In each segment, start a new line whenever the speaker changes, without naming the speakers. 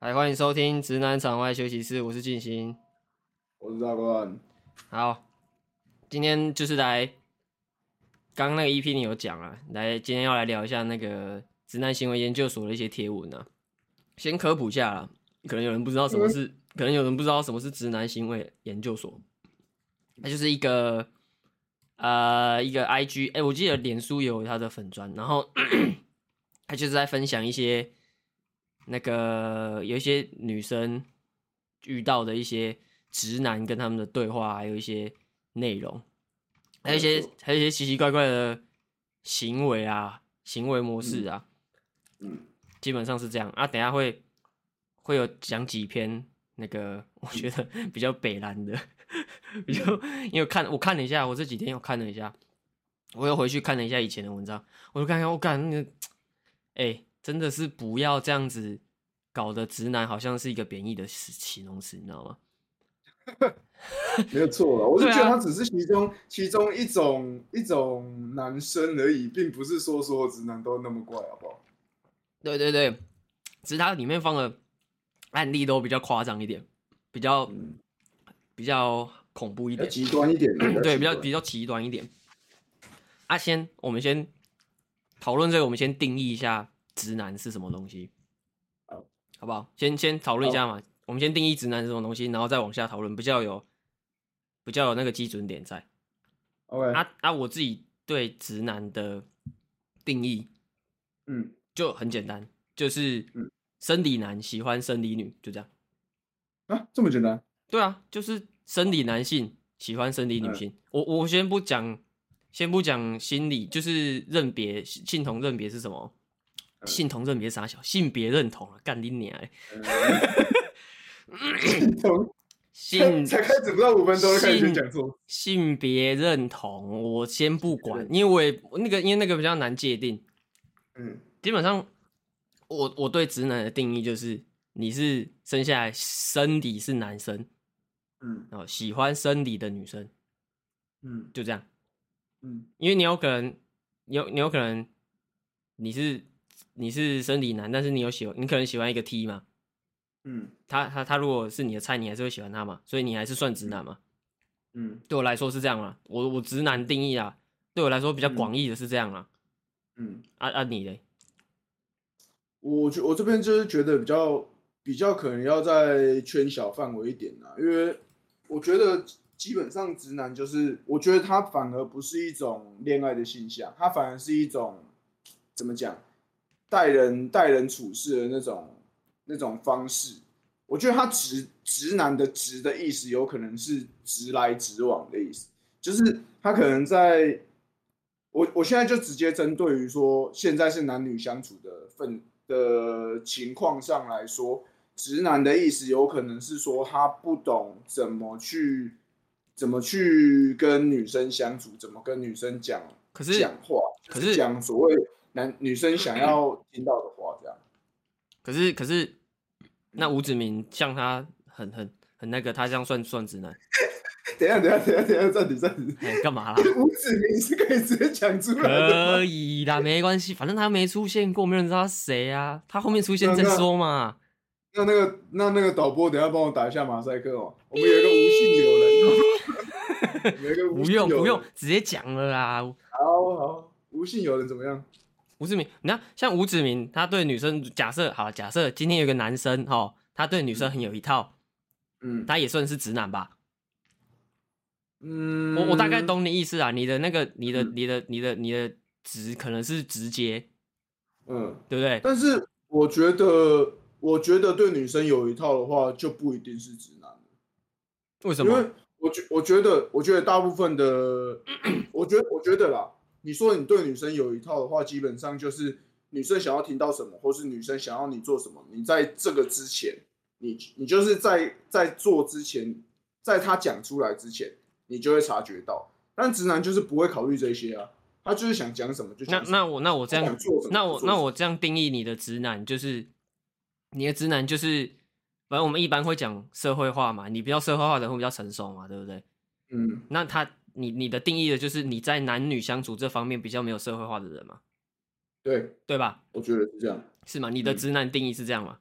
来，欢迎收听《直男场外休息室》，我是静心。
我是大官，
好，今天就是来，刚刚那个 EP 你有讲啊，来，今天要来聊一下那个直男行为研究所的一些贴文啊，先科普一下啦，可能有人不知道什
嗯
么是，可能有人不知道什么是直男行为研究所，它就是一个，呃，一个 IG，哎、我记得脸书也有它的粉砖，然后 它就是在分享一些那个有一些女生遇到的一些直男跟他们的对话，还有一些内容，还有一
没
些
错
还有一些奇奇怪怪的行为啊、行为模式啊，
嗯嗯
基本上是这样啊。等一下会会有讲几篇那个我觉得比较北蓝的， 比较因为我看我看了一下，我这几天又看了一下，我又回去看了一下以前的文章，我就看看我感那个。哎、真的是不要这样子搞得直男好像是一个贬义的词形容词，你知道吗？
没有错了。我是
对啊
觉得他只是其中、其中一种一种男生而已，并不是说所有直男都那么怪，好不好？
对对对，只是它里面放的案例都比较夸张一点，比较、
嗯
比较恐怖一
比较
点，，
极端一点的
对，比较
极
比较极端一点。啊先，我们先讨论这个，我们先定义一下直男是什么东西，
好
好不好？先先讨论一下嘛，我们先定义直男是什么东西，然后再往下讨论，比较有比较有那个基准点在。
OK，、
啊啊，我自己对直男的定义
嗯，
就很简单，就是
嗯
生理男喜欢生理女，就这样。
啊，这么 简单，
对啊，就是生理男性喜欢生理女性。我我先不讲，先不讲心理，就是认别性同认别是什么？
嗯
性同认别是啥小？性别认同啊，干你娘嘞！
从
性
才开始不到五分钟就开始
性
先讲错，
性别认同，我先不管
对，
因为我也那个因为那个比较难界定。
嗯，
基本上，我我对直男的定义就是，你是生下来生理是男生，
嗯
然后喜欢生理的女生，
嗯
就这样。
嗯
因为你有可能，你有你有可能你是你是生理男，但是你有喜欢，你可能喜欢一个 T 嘛，
嗯
他他他如果是你的菜，你还是会喜欢他嘛，所以你还是算直男嘛。
嗯
对我来说是这样啦，我我直男定义啊，对我来说比较广义的是这样啦。
嗯，
啊啊你嘞？
我觉我这边就是觉得比较比较可能要再圈小范围一点啦，因为我觉得基本上直男就是，我觉得他反而不是一种恋爱的现象，他反而是一种怎么讲，待人待人处事的那种那种方式。我觉得他直直男的直的意思，有可能是直来直往的意思，就是他可能在，我我现在就直接针对于说现在是男女相处的份的情况上来说，直男的意思有可能是说他不懂怎么去怎么去跟女生相处，怎么跟女生讲
可是
讲话，
可
就是讲所谓男女生想要听到的话，这样。
可是可是，那吴子明像他很很很那个，他这样算算直男？
等一下，等一下，等一下，等一下，暂停，暂停。
哎、干嘛啦？
吴子明是可以直接讲出来的吗，
可以啦，没关系，反正他没出现过，没人知道他谁啊。他后面出现再说嘛。
那那个那那个导播，等一下帮我打一下马赛克哦。我们有一个无性友人，有一个无
不
性友
用
人
不用，，直接讲了啦。
好好，无性友人怎么样？
吴志明，你看像吴志明，他对女生假设好，假设今天有一个男生哈、齁他对女生很有一套，
嗯
他也算是直男吧。
嗯，
我我大概。懂你意思啊，你的那个你的
嗯
你的你的你的直可能是直接，
嗯，
对不对？
但是我觉得，我觉得对女生有一套的话，就不一定是直男。
为什
因
么
为？我觉我觉得，我觉得大部分的，我觉得我觉得啦，你说你对女生有一套的话，基本上就是女生想要听到什么，或是女生想要你做什么，你在这个之前，你你就是在在做之前，在她讲出来之前，你就会察觉到。但直男就是不会考虑这些啊，他就是想讲什么就
那
讲什么。
那我那我这
他
样
想做什么
那
就
我
做
那
什么
我这样定义你的直男，就是你的直男就是，反正我们一般会讲社会化嘛，你比较社会化的人会比较成熟嘛，对不对？
嗯
那他你你的定义的就是你在男女相处这方面比较没有社会化的人嘛，
对，
对吧？
我觉得是这样。
是吗？你的
嗯
直男定义是这样嘛？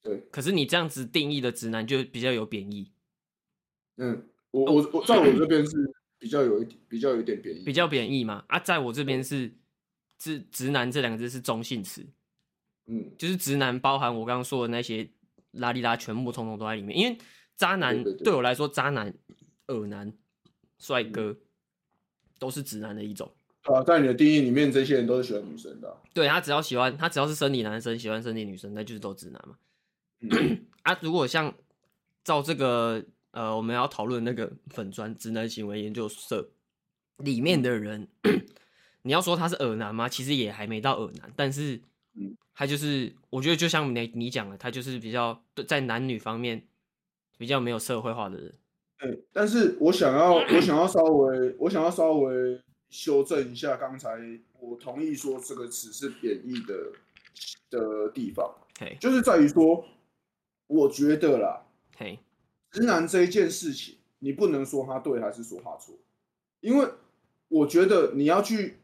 对，
可是你这样子定义的直男就比较有贬义，
嗯，我我我在我这边是比较有一点比较有一点便宜，
哦比较贬义嘛。啊，在我这边是直直男这两个字是中性词，
嗯，
就是直男包含我刚刚说的那些拉里拉全部通通都在里面。因为渣男
对对对
对我来说，渣男、恶男、帅哥
嗯
都是直男的一种。
对啊，在你的定义里面，这些人都是喜欢女生的啊、
对他只要喜欢，他只要是生理男生喜欢生理女生，那就是都直男嘛。
嗯
啊，如果像照这个呃，我们要讨论那个 粉砖直男行为研究社里
嗯
面的人， 你要说他是耳男吗？其实也还没到耳男，但是
嗯
他就是我觉得就像你你讲的，他就是比较对在男女方面比较没有社会化的人。
对，但是我想要，我想要稍微，我想要稍微修正一下刚才我同意说这个词是贬义的的地方，
嘿，
就是在于说，我觉得啦，
嘿，
直男这一件事情，你不能说他对还是说他错，因为我觉得你要去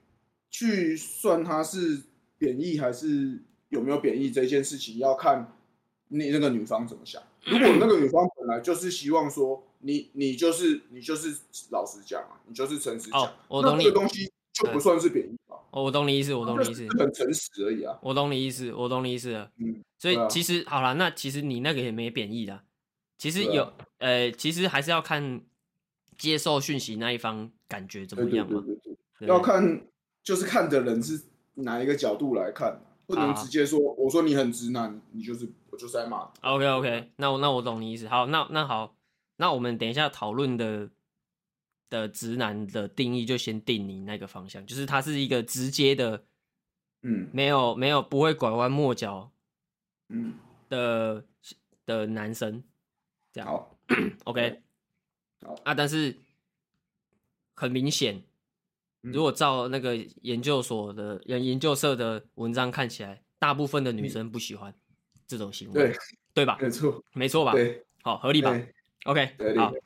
去算他是贬义还是有没有贬义这件事情，要看你那个女方怎么想。如果那个女方本来就是希望说你你就是你就是老实讲啊，你就是诚实讲，
哦我
那
懂
这
你
个东西就不算是贬义吧？
哦，我懂你意思，我懂
就
你意思
是，很诚实而已啊。
我懂你意思，我懂你意思了。
嗯，
所以
对啊
其实、好了，那其实你那个也没贬义啦。其实
对啊
有、呃，其实还是要看接受讯息那一方感觉怎
对
么
对
样
对
嘛。
对对，
对不
要
对
看就是看的人是哪一个角度来看，不能
啊
直接说、我说你很直男，你就是我就是在骂你。
OK OK，那我那我懂你意思。好，那那好，那我们等一下讨论的的直男的定义就先定你那个方向，就是他是一个直接的，
嗯
没有没有不会拐弯抹角
嗯，
的的男生。这样
好，
OK，
好
啊，但是很明显，
嗯
如果照那个研究所的研研究社的文章看起来，大部分的女生不喜欢这种行为，
嗯对
对吧？
没错，
没错吧？
对
好，合理吧
对
？OK，
对
好
对，，嗯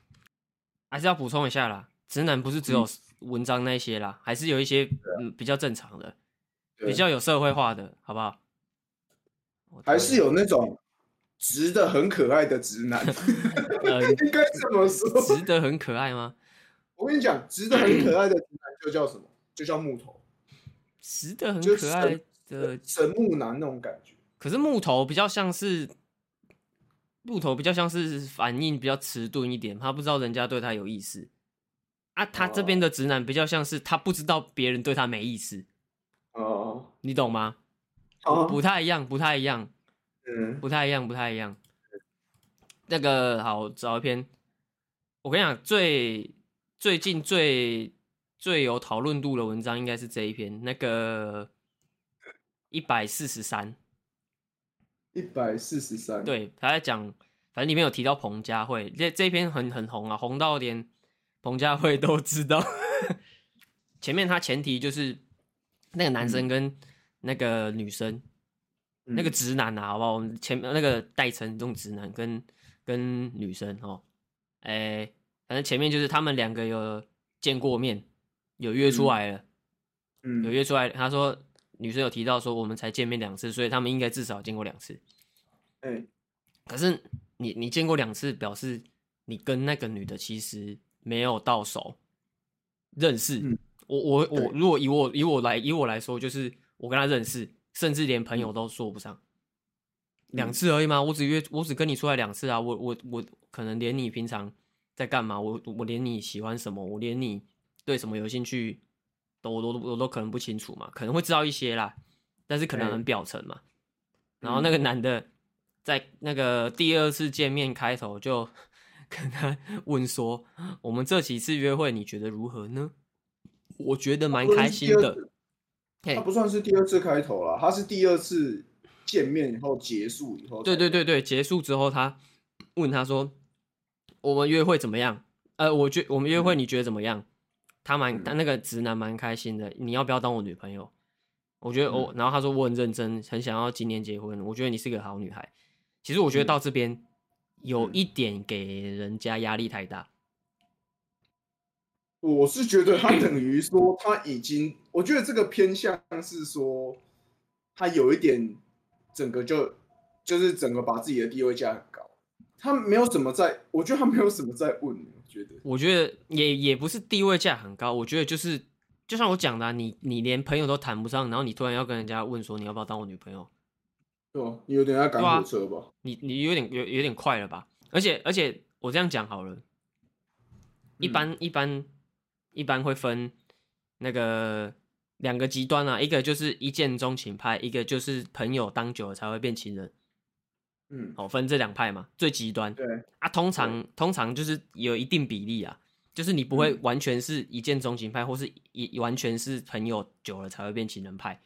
还是要补充一下啦，直男不是只有文章那些啦，还是有一些嗯比较正常的，
啊对
比较有社会化的，好不好？我
还是有那种直的很可爱的直男，
呃，
应该这么说。
值得很可爱吗？
我跟你讲，直的很可爱的直男就叫什么？就叫木头，
值得很
就是
可爱的
神木男那种感觉。
可是木头比较像是，木头比较像是反应比较迟钝一点，他不知道人家对他有意思啊。他这边的直男比较像是他不知道别人对他没意思，
哦
你懂吗？
哦，
不太一样，不太一样，
嗯，
不太一样，不太一样。那个好，找一篇。我跟你讲，最最近最最有讨论度的文章应该是这一篇，那个一百四十三。
一百四十三，，
对，他在讲，反正里面有提到彭佳慧，这这一篇很很红啊，红到连彭佳慧都知道。 前面他前提就是那个男生跟那个女生，
嗯
那个直男啊，好不好？我们前那个代称这种直男跟跟女生哦，哎、反正前面就是他们两个有见过面，有约出来了，
嗯
有约出来。他说女生有提到说我们才见面两次，所以他们应该至少见过两次。
哎
可是你你见过两次，表示你跟那个女的其实没有到手，认识。
嗯
我我我
对，
如果以我以我来以我来说，就是我跟她认识，甚至连
嗯
朋友都说不上，两、次而已嘛。我只约我只跟你出来两次啊，我我我可能连你平常在干嘛，我我连你喜欢什么，我连你对什么有兴趣，都我都我都可能不清楚嘛，可能会知道一些啦，但是可能
对
很表层嘛。然后那个男的在那个第二次见面开头就 跟他问说：“我们这几次约会你觉得如何呢？”我觉得蛮开心
第二
的
次。
嘿
他，不算是第二次开头了，他是第二次见面以后结束以后。
对对，对对，结束之后他问他说：“我们约会怎么样？”呃，我觉我们约会
嗯
你觉得怎么样？他蛮他那个直男蛮开心的，你要不要当我女朋友？我觉得
嗯
我，然后他说我很认真，很想要今年结婚，我觉得你是个好女孩。其实我觉得
嗯
到这边有
嗯
一点给人家压力太大，
我是觉得他等于说他已经，我觉得这个偏向是说他有一点整个就就是整个把自己的地位架很高。他没有什么在，我觉得他没有什么在问，我觉得
我觉得也也不是地位价很高，我觉得就是就像我讲的、啊，你你连朋友都谈不上，然后你突然要跟人家问说你要不要当我女朋友，
对吧？你有点在赶
对啊
火车吧？
你你有点有有点快了吧？而且而且我这样讲好了，
嗯
一般、一般一般会分那个两个极端啊，一个就是一见钟情派，一个就是朋友当久了才会变情人，
嗯，
哦，分这两派嘛，最极端。
对，嗯
啊，通常通常就是有一定比例啊，就是你不会完全是一见钟情派，或是一完全是朋友久了才会变情人派。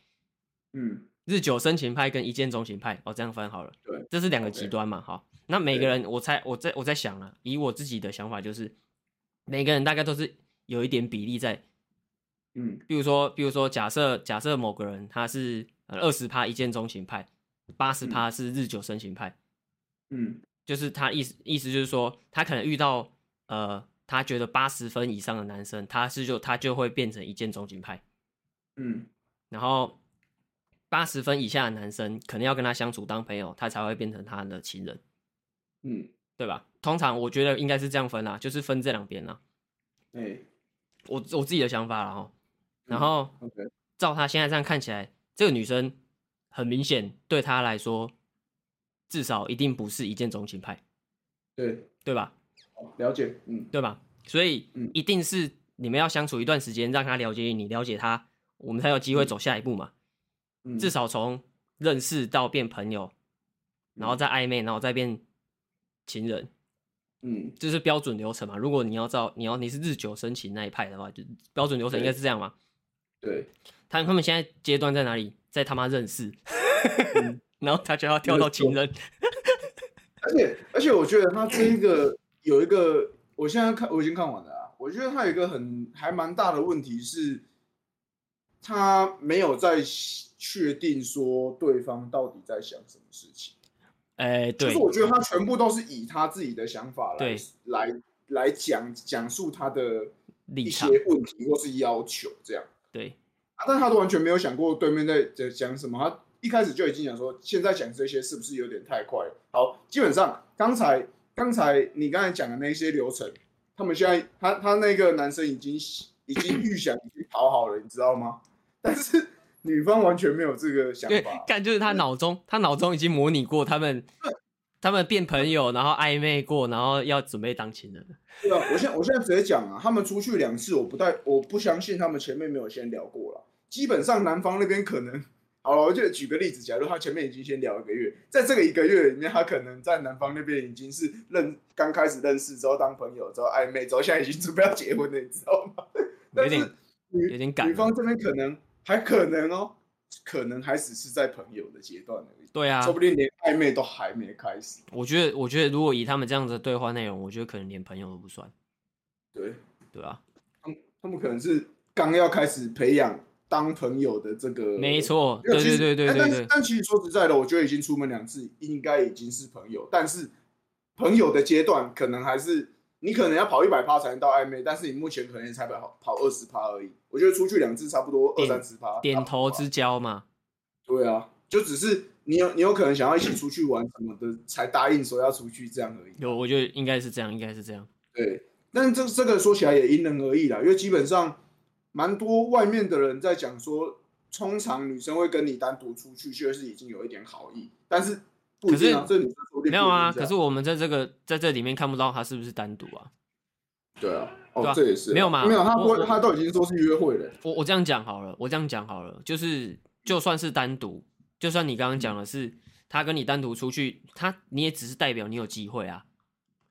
嗯，
日久生情派跟一见钟情派，哦，这样分好了。
对，
这是两个
OK
极端嘛，好，那每个人，我猜，我在我在想啊，以我自己的想法就是，每个人大概都是有一点比例在，
嗯，
比如说，比如说假设假设某个人他是呃二十趴一见钟情派，八十趴是日久生情派，
嗯，
就是他意思意思就是说，他可能遇到呃，他觉得八十分以上的男生，他是就他就会变成一见钟情派，
嗯，
然后八十分以下的男生，可能要跟他相处当朋友，他才会变成他的情人，
嗯，
对吧？通常我觉得应该是这样分啦，就是分这两边啦。
哎、
我我自己的想法啦哈。然后
o k
照他现在这样看起来，这个女生很明显对他来说，至少一定不是一见钟情派，
对，
对吧？
好了解，嗯，
对吧？所以
嗯
一定是你们要相处一段时间，让他了解你，了解他，我们才有机会走下一步嘛。
嗯
至少从认识到变朋友，然后再暧昧，然后再变情人，
嗯，
这是标准流程嘛？如果你要照你要你是日久生情那一派的话，就标准流程应该是这样嘛？
对，
他他们现在阶段在哪里？在他妈认识，
嗯
然后他就要跳到情人，
而且而且我觉得他这一个有一个，我现在看我已经看完了啊，我觉得他有一个很还蛮大的问题是，他没有在确定说对方到底在想什么事情，
哎、
就
对
是，我觉得他全部都是以他自己的想法来
对
来来讲讲述他的
立
一些
场，
问题或是要求这样。
对
啊，但他都完全没有想过对面在在讲什么，他一开始就已经讲说，现在讲这些是不是有点太快了？好，基本上刚才刚才你刚才讲的那些流程，他们现在他他那个男生已经已经预想已经跑好了，你知道吗？但是女方完全没有这个想
因为
法，啊
干就是他脑中，他脑中已经模拟过他们，他们变朋友，然后暧昧过，然后要准备当情人了，
对啊，我现在我现在直接讲啊，他们出去两次，我不太我不相信他们前面没有先聊过了。基本上男方那边可能，好了，我就举个例子，假如他前面已经先聊一个月，在这个一个月里面，他可能在男方那边已经是认刚开始认识之后当朋友之后暧昧之后，现在已经准备要结婚了，你知道吗？
有
但是
点有
女
点赶
女
了。
方这边可能还可能哦，可能还只是在朋友的阶段而已，
对啊
说，不定连暧昧都还没开始。
我觉得，我觉得如果以他们这样子的对话内容，我觉得可能连朋友都不算，
对，
对啊，
他们可能是刚要开始培养当朋友的这个，
没。错，
呃没
对
有其
对
实
对对
哎
对
但是
对，
但其实说实在的，我觉得已经出门两次，应该已经是朋友，但是朋友的阶段可能还是你可能要跑一百趴才能到暧昧，但是你目前可能也才跑跑二十趴而已。我觉得出去两次差不多二
点
三十趴，
点头之交嘛，
对啊，就只是你有你有可能想要一起出去玩什么的，才答应说要出去这样而已。
有，我觉得应该是这样，应该是这样，
对，但是这这个说起来也因人而异啦，因为基本上蛮多外面的人在讲说，通常女生会跟你单独出去，就是已经有一点好意，但是不一定啊，
可
这女生说不定
没有啊。
不
可
一定这样
是我们在这个在这里面看不到他是不是单独啊。
对啊，
对
哦，
啊
这也是啊
没有嘛
没有，他
我
不
我
会，他都已经说是约会了，
我我这样讲好了，我这样讲好了，就是就算是单独，就算你刚刚讲的是他跟你单独出去，他你也只是代表你有机会啊，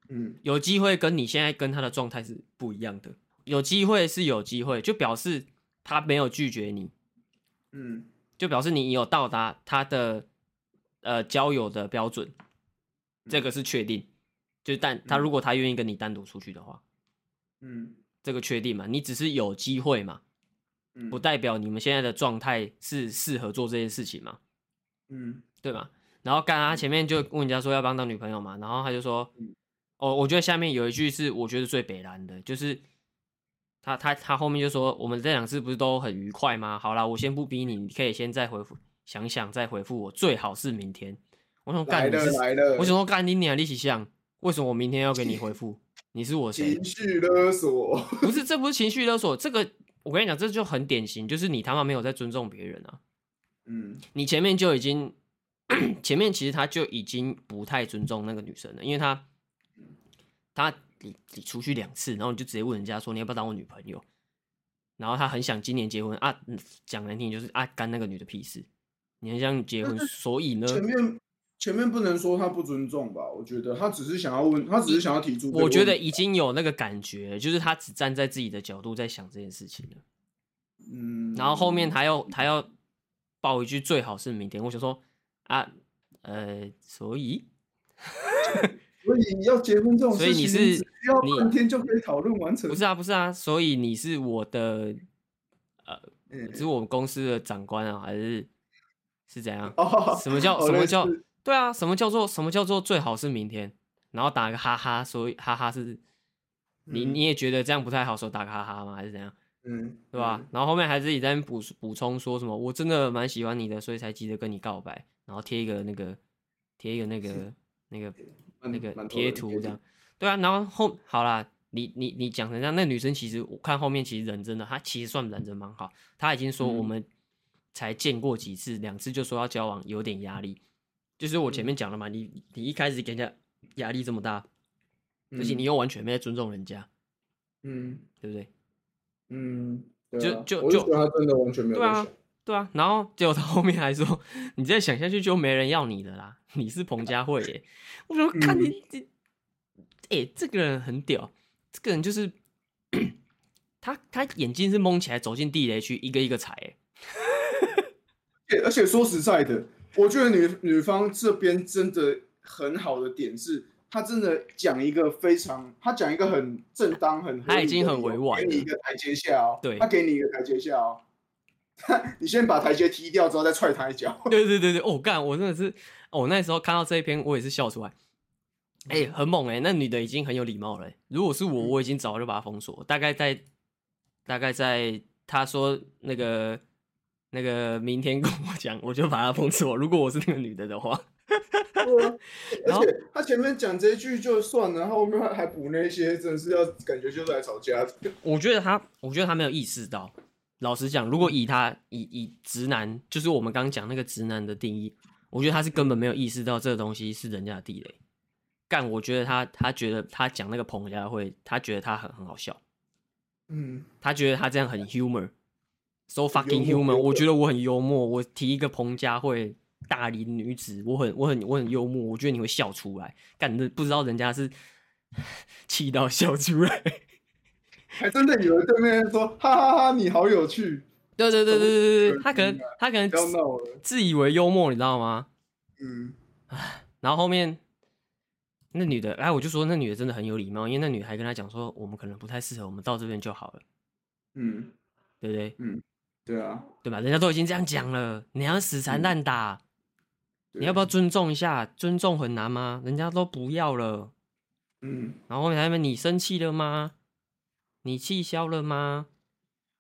嗯
有机会跟你现在跟他的状态是不一样的，有机会是有机会，就表示他没有拒绝你，
嗯
就表示你有到达他的呃交友的标准，这个是确定。就但他如果他愿意跟你单独出去的话，
嗯
这个确定嘛，你只是有机会嘛，
嗯，
不代表你们现在的状态是适合做这件事情嘛，
嗯
对嘛？然后刚刚他前面就问人家说要不要当女朋友嘛，然后他就说
嗯，
哦，我觉得下面有一句是我觉得最北蓝的，就是他他他后面就说我们这两次不是都很愉快吗？好啦，我先不逼你，你可以先再回复想想再回复我，最好是明天。我想
来
干你
了
是，
来了，
我想说干你俩一起像，为什么我明天要给你回复？你是我谁
情？绪勒索，
不是，这不是情绪勒索，这个我跟你讲，这就很典型，就是你他妈没有在尊重别人啊！
嗯，
你前面就已经，前面其实他就已经不太尊重那个女生了，因为他他你你出去两次，然后你就直接问人家说你要不要当我女朋友，然后他很想今年结婚啊，嗯讲难听点就是啊干那个女的屁事，你很想结婚，所以呢，
前面前面不能说他不尊重吧？我觉得他只是想要问，他只是想要提出这个问题，
我觉得已经有那个感觉，就是他只站在自己的角度在想这件事情了。
嗯，
然后后面他要他要爆一句最好是明天，我想说啊，呃，所以
所以要结婚这种事
所
情，
以你
你
是
只需要
你
半天就可以讨论完成
不，是啊不是啊，所以你是我的呃
嗯
是我们公司的长官啊，还是是怎样？
哦，
什么叫
哦
什么
类
叫
似
对啊？什么叫做什么叫做最好是明天？然后打个哈哈，所以哈哈是，你
嗯
你也觉得这样不太好，所以打个哈哈吗？还是怎样？
嗯，
对吧？
嗯？
然后后面还自己在那边补补充说什么，我真的蛮喜欢你的，所以才急着跟你告白，然后贴一个那个贴一个那个那个
嗯
那
蛮蛮多
个
的
贴图这样，对啊，然后后好啦，你你你讲成这样，那女生其实我看后面其实人真的，她其实算人真蛮好，她已经说
嗯
我们才见过几次，两次就说要交往，有点压力，就是我
嗯
前面讲了嘛，你你一开始给人家压力这么大，而且
嗯
你又完全没在尊重人家，
嗯
对不对？
嗯，对
就
啊
就
我
就
觉得他真的完全没有
对
在
啊
想，
对啊，然后结果他后面还说， 你再想下去就没人要你的啦， 你是彭佳慧耶、 我说看
嗯
你这，哎、这个人很屌，这个人就是 他他眼睛是蒙起来走进地雷区，一个一个踩、欸，
对，而且说实在的，我觉得女女方这边真的很好的点是，她真的讲一个非常，她讲一个很正当、很合理的
她已经很
理由
委婉
给你
了
一个台阶下哦，
对
她给你一个台阶下哦， 你先把台阶踢掉之后再踹她一脚，
对对对对，哦干，我真的是，我、那时候看到这一篇我也是笑出来，哎、很猛哎、那女的已经很有礼貌了欸、如果是我，我已经早就把她封锁，大概在大概在她说那个那个明天跟我讲，我就把她封锁。如果我是那个女的的话，然后
而且她前面讲这一句就算了，她后面还还补那些，真的是要感觉就是来吵架的。
我觉得她，我觉得她没有意识到。老实讲，如果以她以以直男，就是我们刚刚讲那个直男的定义，我觉得他是根本没有意识到这个东西是人家的地雷。干，我觉得他他觉得他讲那个彭佳慧，他觉得他很很好笑，
嗯，
他觉得他这样很 humor，so fucking
幽默
humor。我觉得我很幽默，我提一个彭佳慧大龄女子，我很我很我很幽默，我觉得你会笑出来。干，你不知道人家是气到笑出来。
还真的以为对面说哈哈哈，你好有趣，
对对对对对对对，
怎么
他可能他可能
不要闹了。
自以为幽默，你知道吗？
嗯，
然后后面那女的，哎，我就说那女的真的很有礼貌，因为那女孩跟他讲说，我们可能不太适合，我们到这边就好了，
嗯，
对不对？
对啊，
对吧？人家都已经这样讲了，你还要死缠烂打，
嗯对
你要不要？尊重一下？尊重很难吗？人家都不要了。
嗯。
然后后面他们，你生气了吗？你气消了吗？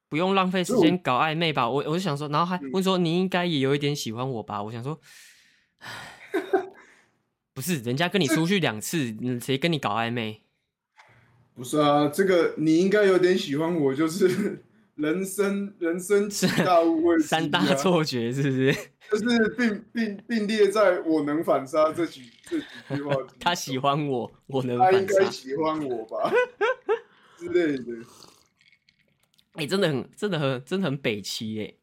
不用浪费时间搞暧昧吧。我我就想说，然后还
嗯
问说你应该也有一点喜欢我吧。我想说， 不是人家跟你出去两次，嗯谁跟你搞暧昧？
不是啊，这个你应该有点喜欢我，就是 人生人生七大误会、啊
三大，错觉是不是？。
就是啊并并并列在我能反杀这几这几句话之 中
他喜欢我，我能
他应
反
该
杀。
喜欢我吧之类的，
哎、真的很，真的很，真的很北齐哎、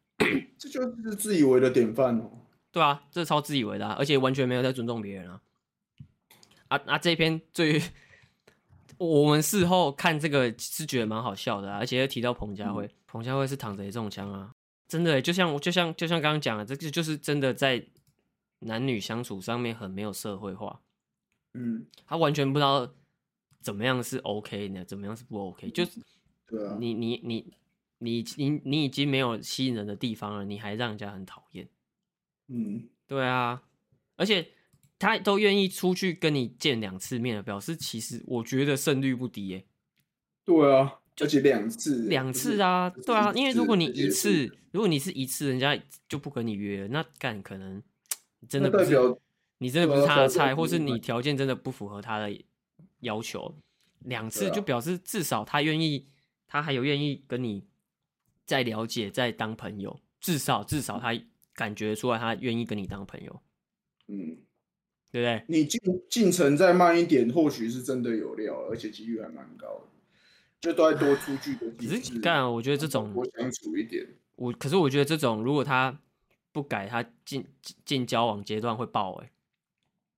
这就是自以为的典范哦。
对啊，这超自以为的、啊，而且完全没有在尊重别人啊。啊啊！这篇最我们事后看这个是觉得蛮好笑的、啊，而且又提到彭佳慧，彭佳慧是躺着也中枪啊，真的欸、就像就像就像刚刚讲的，这个就是真的在男女相处上面很没有社会化，
嗯，
他完全不知道怎么样是 OK 呢，怎么样是不 OK，就是
对啊，
你你你你你你已经没有吸引人的地方了，你还让人家很讨厌。
嗯，
对啊，而且他都愿意出去跟你见两次面了，表示其实我觉得胜率不低耶、
对啊，而且两次，
两次，啊，
是
对啊，
一
因为
次
如果你
而且
一
是
次，如果你是一次，人家就不跟你约了，那干可能真
那
的不
代
是
表
你真的不是他的
对啊
菜，
对啊
或是
对啊
你条件真的不符合他的要求，两次
对啊
就表示至少他愿意，他还有愿意跟你再了解、再当朋友，至少至少他感觉出来他愿意跟你当朋友，
嗯，
对不对？
你进进程再慢一点，或许是真的有料，而且几率还蛮高的，就都再多出去多
只
几
是
次，
干，啊我觉得这种
多相处一点。
我可是我觉得这种如果他不改，他进进进交往阶段会爆哎、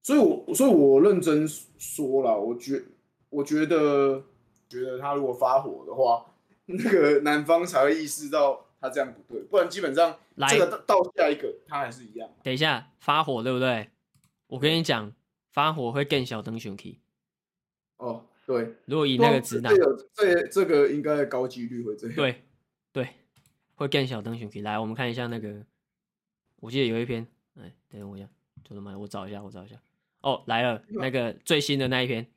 所以我，所以我认真说了，我觉我觉得觉得他如果发火的话，那个男方才会意识到他这样不对，不然基本上
来
这个到到下一个他还是一样。
等一下发火对不对？我跟你讲，发火会更小灯熊 key。
哦，对，啊
如果以那个直男
这，有这这个应该高几率会这样。，
对对，会更小灯熊 key。来，我们看一下那个，我记得有一篇，哎，等我一下，就他妈我找一下，我找一下。哦，来了，那个最新的那一篇，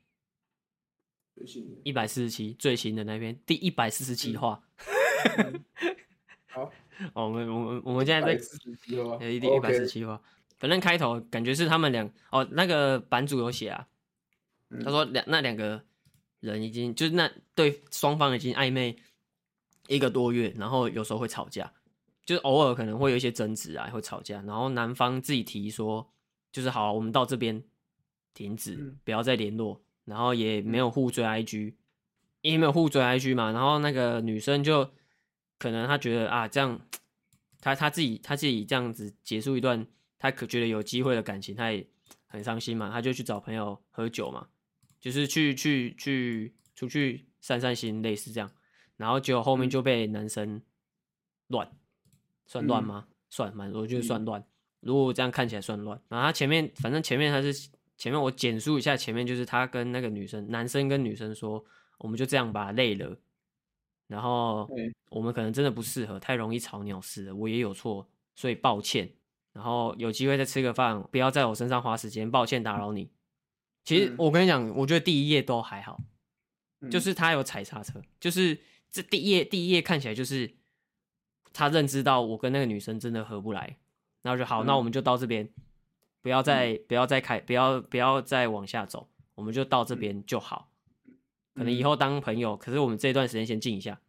最新的
一百四十七，最新的那一篇，第一百四十七话。
嗯 好，
哦，我们我们我们现在在
四十七哦，
有一点一百四十七话。反正开头感觉是他们两哦，那个版主有写啊，
嗯
他说两那两个人已经就是那对双方已经暧昧一个多月，然后有时候会吵架，就是偶尔可能会有一些争执啊，会吵架。然后男方自己提说，就是好啊、我们到这边停止
嗯，
不要再联络，然后也没有互追 IG，因为没有互追 IG 嘛，然后那个女生就可能她觉得啊，这样她她自己她自己这样子结束一段她可觉得有机会的感情，她也很伤心嘛，她就去找朋友喝酒嘛，就是去去去出去散散心，类似这样，然后结果后面
嗯
就被男生乱，算乱
嗯
吗？算，蛮我觉得算乱。如果这样看起来算乱，然后他前面反正前面他是前面我简述一下，前面就是他跟那个女生，男生跟女生说，我们就这样吧，累了，然后
对
我们可能真的不适合，太容易吵鸟事了，我也有错，所以抱歉，然后有机会再吃个饭，不要在我身上花时间，抱歉打扰你。其实
嗯
我跟你讲，我觉得第一页都还好，
嗯
就是他有踩刹车，就是这第一页第一页看起来就是他认知到我跟那个女生真的合不来，然后就好，
嗯
那我们就到这边，不要再、不要再开，不要不要再往下走，我们就到
嗯
这边就好。可能以后当朋友，可是我们这段时间先静一下。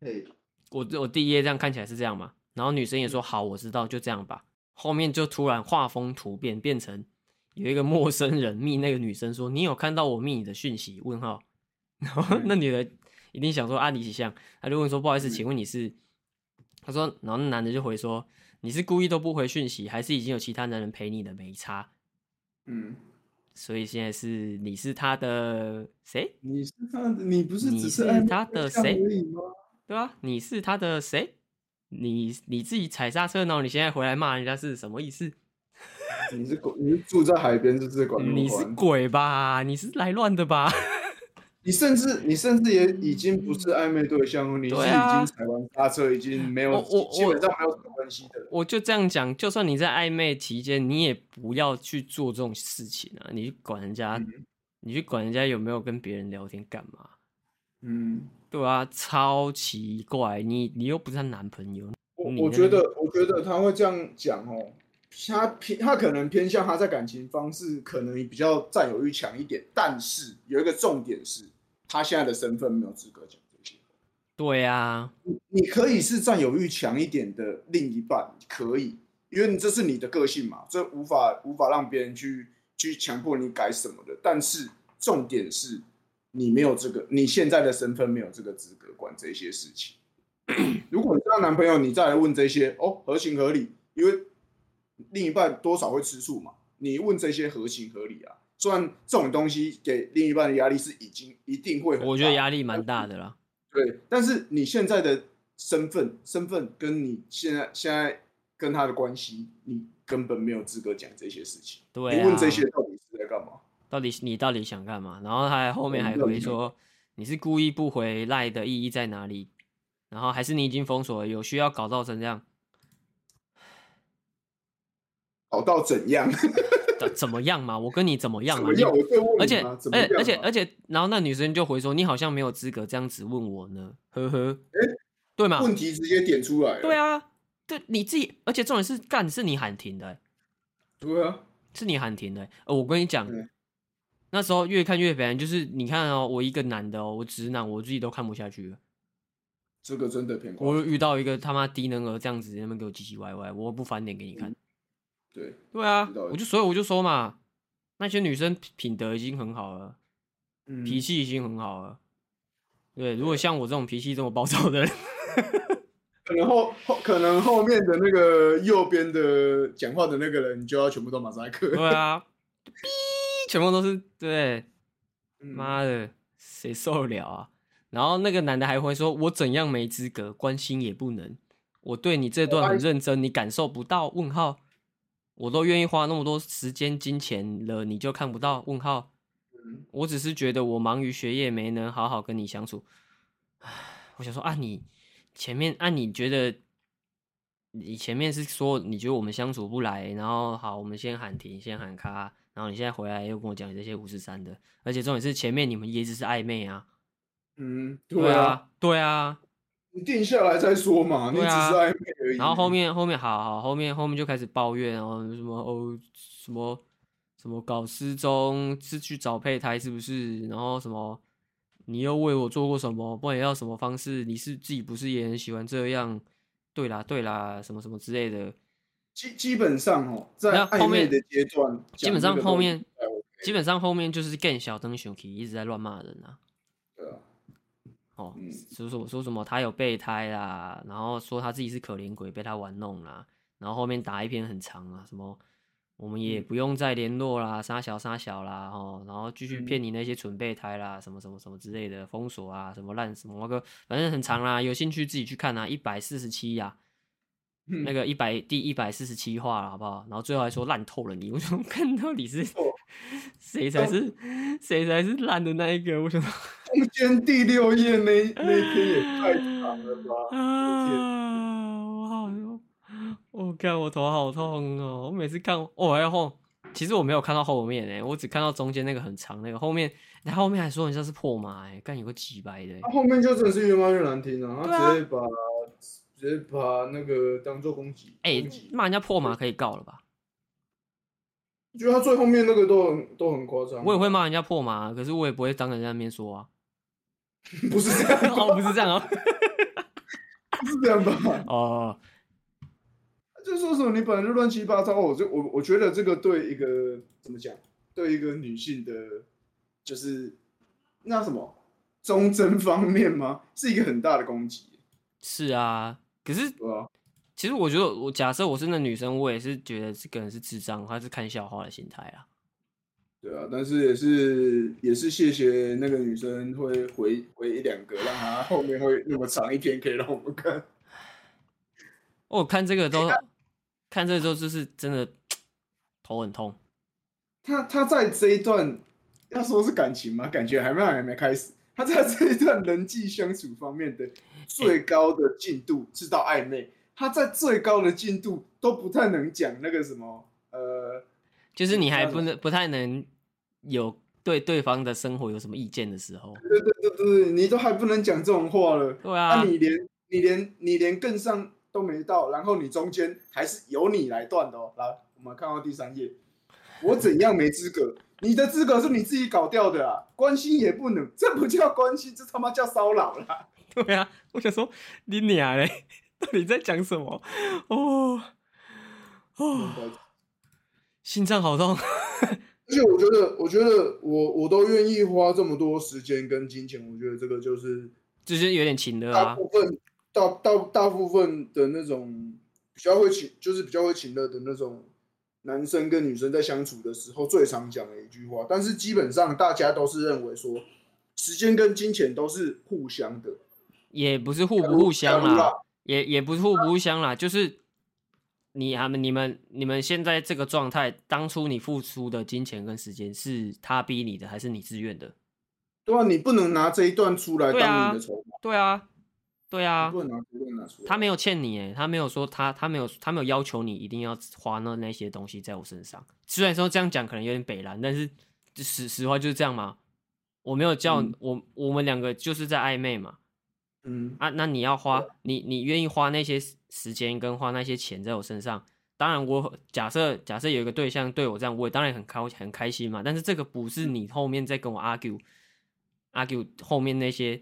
嘿
我我第一页这样看起来是这样嘛，然后女生也
嗯
说好，我知道，就这样吧。后面就突然画风突变，变成有一个陌生人密那个女生说：“你有看到我密你的讯息？”问号， 然后
嗯
那女的一定想说啊，你几项？她就问说：“不好意思，
嗯
请问你是？”她说，然后那男的就回说：“你是故意都不回讯息，还是已经有其他男人陪你的？没差。
嗯，”
所以现在是你是他的谁？
你是他的，你不是
你
只
是
暧昧
他的
对象
谁
而已吗？
对啊，你是他的谁？你你自己踩刹车，然后你现在回来骂人家是什么意思？
你是狗你是住在海边，就是管那么
你是
宽
鬼吧？你是来乱的吧？
你甚至你甚至也已经不是暧昧对象哦，你是已
对啊
经踩完刹车，已经没有
我我
基本上没有什么关系的了。
我就这样讲，就算你在暧昧期间，你也不要去做这种事情啊！你去管人家，你去管人家有没有跟别人聊天干嘛？
嗯，
对啊，超奇怪！你你又不是她男朋友，你
我我
那个
觉得我觉得他会这样讲哦，他偏他可能偏向他在感情方式可能比较占有欲强一点，但是有一个重点是，他现在的身份没有资格讲这些。
对啊，
你可以是占有欲强一点的另一半，可以，因为你这是你的个性嘛，这无法无法让别人去去强迫你改什么的。但是重点是，你没有这个，你现在的身份没有这个资格管这些事情。 如果你交男朋友，你再来问这些，哦，合情合理，因为另一半多少会吃醋嘛，你问这些合情合理啊。虽然这种东西给另一半的压力是已经一定会很大，
我觉得压力蛮大的啦。
对，但是你现在的身份、身份跟你现在现在跟他的关系，你根本没有资格讲这些事情。
对
你
啊，
问这些到底是在干嘛？
到底你到底想干嘛？然后他还后面还
我不知道
回说你是故意不回赖的意义在哪里？然后还是你已经封锁了，有需要搞到成这样？
搞到怎样？
怎怎么样嘛？我跟你怎么样
怎
嘛？
么样？
你
我在问你
而且
嘛
而
怎么样啊
且
嘛
而且而且，然后那女生就回说你好像没有资格这样子问我呢，呵呵，对吗？
问题直接点出来。
对
啊，
啊，对你自己，而且重点是干是你喊停的欸、
对啊，
是你喊停的欸、呃我跟你讲
对，
那时候越看越烦，就是你看哦，我一个男的哦，我直男，我自己都看不下去了。
这个真的偏
我
夸
又
张。
遇到一个他妈低能儿这样子，在那边给我唧唧歪歪，我不翻脸给你看。
嗯对，
对啊
知道，
我就所以我就说嘛，那些女生品品德已经很好了，
嗯，啊
脾气已经很好了。对，如果像我这种脾气这么暴躁 的人，
可能后后可能后面的那个右边的讲话的那个人，你就要全部都马赛克。
对啊，哔，全部都是对，
嗯
妈的，谁受得了啊？然后那个男的还会说：“我怎样没资格，关心也不能。我对你这段很认真，你感受不到？问号，我都愿意花那么多时间金钱了，你就看不到？问号
嗯，
我只是觉得我忙于学业，没能好好跟你相处。唉我想说啊，你前面啊，你觉得你前面是说你觉得我们相处不来，然后好，我们先喊停，先喊卡，然后你现在回来又跟我讲这些五十三的，而且重点是前面你们也只是暧昧啊，
嗯，
对
对啊，，
对啊，
你定下来再说嘛，你
对
只是
啊
暧昧而已。
然后后面后面好好，后面后面就开始抱怨，然后什么哦什么什么搞失踪是去找胚胎是不是？然后什么你又为我做过什么？不然要什么方式？你是自己不是也很喜欢这样？对啦对啦，什么什么之类的。
基基本上哦，在
那后
暧昧
面
的阶段，
基本上
讲这个
后面
东西哎我
基本上后面就是更小灯熊 k 一直在乱骂人啊。
对啊
哦，
嗯
说说说什么他有备胎啦，然后说他自己是可怜鬼被他玩弄啦，然后后面打一篇很长啊，什么我们也
嗯
不用再联络啦，杀小杀小啦，哦，然后继续
嗯
骗你那些准备胎啦，什么什么什么之类的，封锁啊，什么烂什么个，反正很长啦，有兴趣自己去看啊，一百四十七呀，
嗯
那个一百第一百四十七话了，好不好？然后最后还说烂透了你，我 想看到底是
哦
谁才是谁才是烂的那一个，我想说。
中间第六页那那一篇也太长了吧？
啊！我好，我看我头好痛哦！我每次看，哦，还要后，其实我没有看到后面诶、我只看到中间那个很长那个，后面他后面还说人家是破马诶、干有个几百的、欸
他后面就真的是越骂越难听了、
对啊
啊，他直接把、直接把那个当做攻击。
哎、
攻击
骂人家破马可以告了吧？
我觉得他最后面那个都很都很夸张。
我也会骂人家破马，可是我也不会当着人家面说啊。
不是这样，
哦，不是这样哦。
不是这样吧？
哦，
就说什么你本来就乱七八糟，我就我我觉得这个对一个怎么讲，对一个女性的，就是那什么忠贞方面吗？是一个很大的攻击，
是啊。可是
对吧？
其实我觉得，我假设我是那女生，我也是觉得这个人是智障，他是看笑话的心态啊。
对啊，但是也是也是谢谢那个女生会回回一两个，让她后面会那么长一篇可以让我们看。
我哦看这个都，看这个都就是真的头很痛。
他他在这一段要说是感情吗？感觉还没还没开始。他在这一段人际相处方面的最高的进度是到暧昧，他在最高的进度都不太能讲那个什么呃，
就是你还
这样
不能不太能有对对方的生活有什么意见的时候，
对对对对，对你都还不能讲这种话了，
对
那、
啊，
你连你连你连更上都没到，然后你中间还是由你来断的哦。来，我们看到第三页，我怎样没资格？你的资格是你自己搞掉的啊，关心也不能，这不叫关心，这他妈叫骚扰啦。
对啊，我想说你俩嘞，到底在讲什么？哦哦，
而
心脏好痛，
且我觉得，我觉得我我都愿意花这么多时间跟金钱，我觉得这个就是
就是有点情了
大
啊，
部分、大大大部分的那种比较会请，就是比较会请乐的那种男生跟女生在相处的时候最常讲的一句话。但是基本上大家都是认为说，时间跟金钱都是互相的，
也不是互不互相
假如
啦，也也不是互不互相啦，就是你他们你们你们现在这个状态，当初你付出的金钱跟时间是他逼你的，还是你自愿的？
对吧、你不能拿这一段出来
对啊
当你的筹码，
对啊，对啊
你，不能拿这一段拿出来。
他没有欠你欸诶，他没有说他他没有他没有要求你一定要花那那些东西在我身上。虽然说这样讲可能有点北蓝，但是就实实话就是这样嘛。我没有叫、
嗯
我我们两个就是在暧昧嘛
嗯，
啊，那你要花你你愿意花那些时时间跟花那些钱在我身上，当然我假设假设有一个对象对我这样，我也当然很开很开心嘛。但是这个不是你后面再跟我 argue argue 后面那些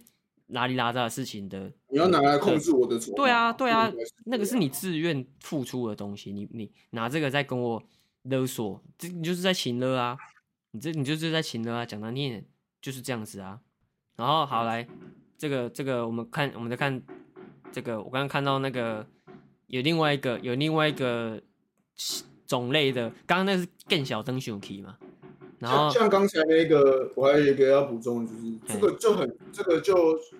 拉里拉扎的事情的
你要拿来控制我的筹码
对啊，对啊
应该这样，
那个是你自愿付出的东西，你你拿这个在跟我勒索，这你就是在情勒啊，你这你就是在情勒啊，讲难听一点就是这样子啊。然后
啊
好来，这个这个我们看我们在看这个，我刚刚看到那个有另外一个有另外一个种类的，刚刚那是更小灯熊 key 嘛，然后
像像刚才那个，我还有一个要补充的就是，这个就很这个就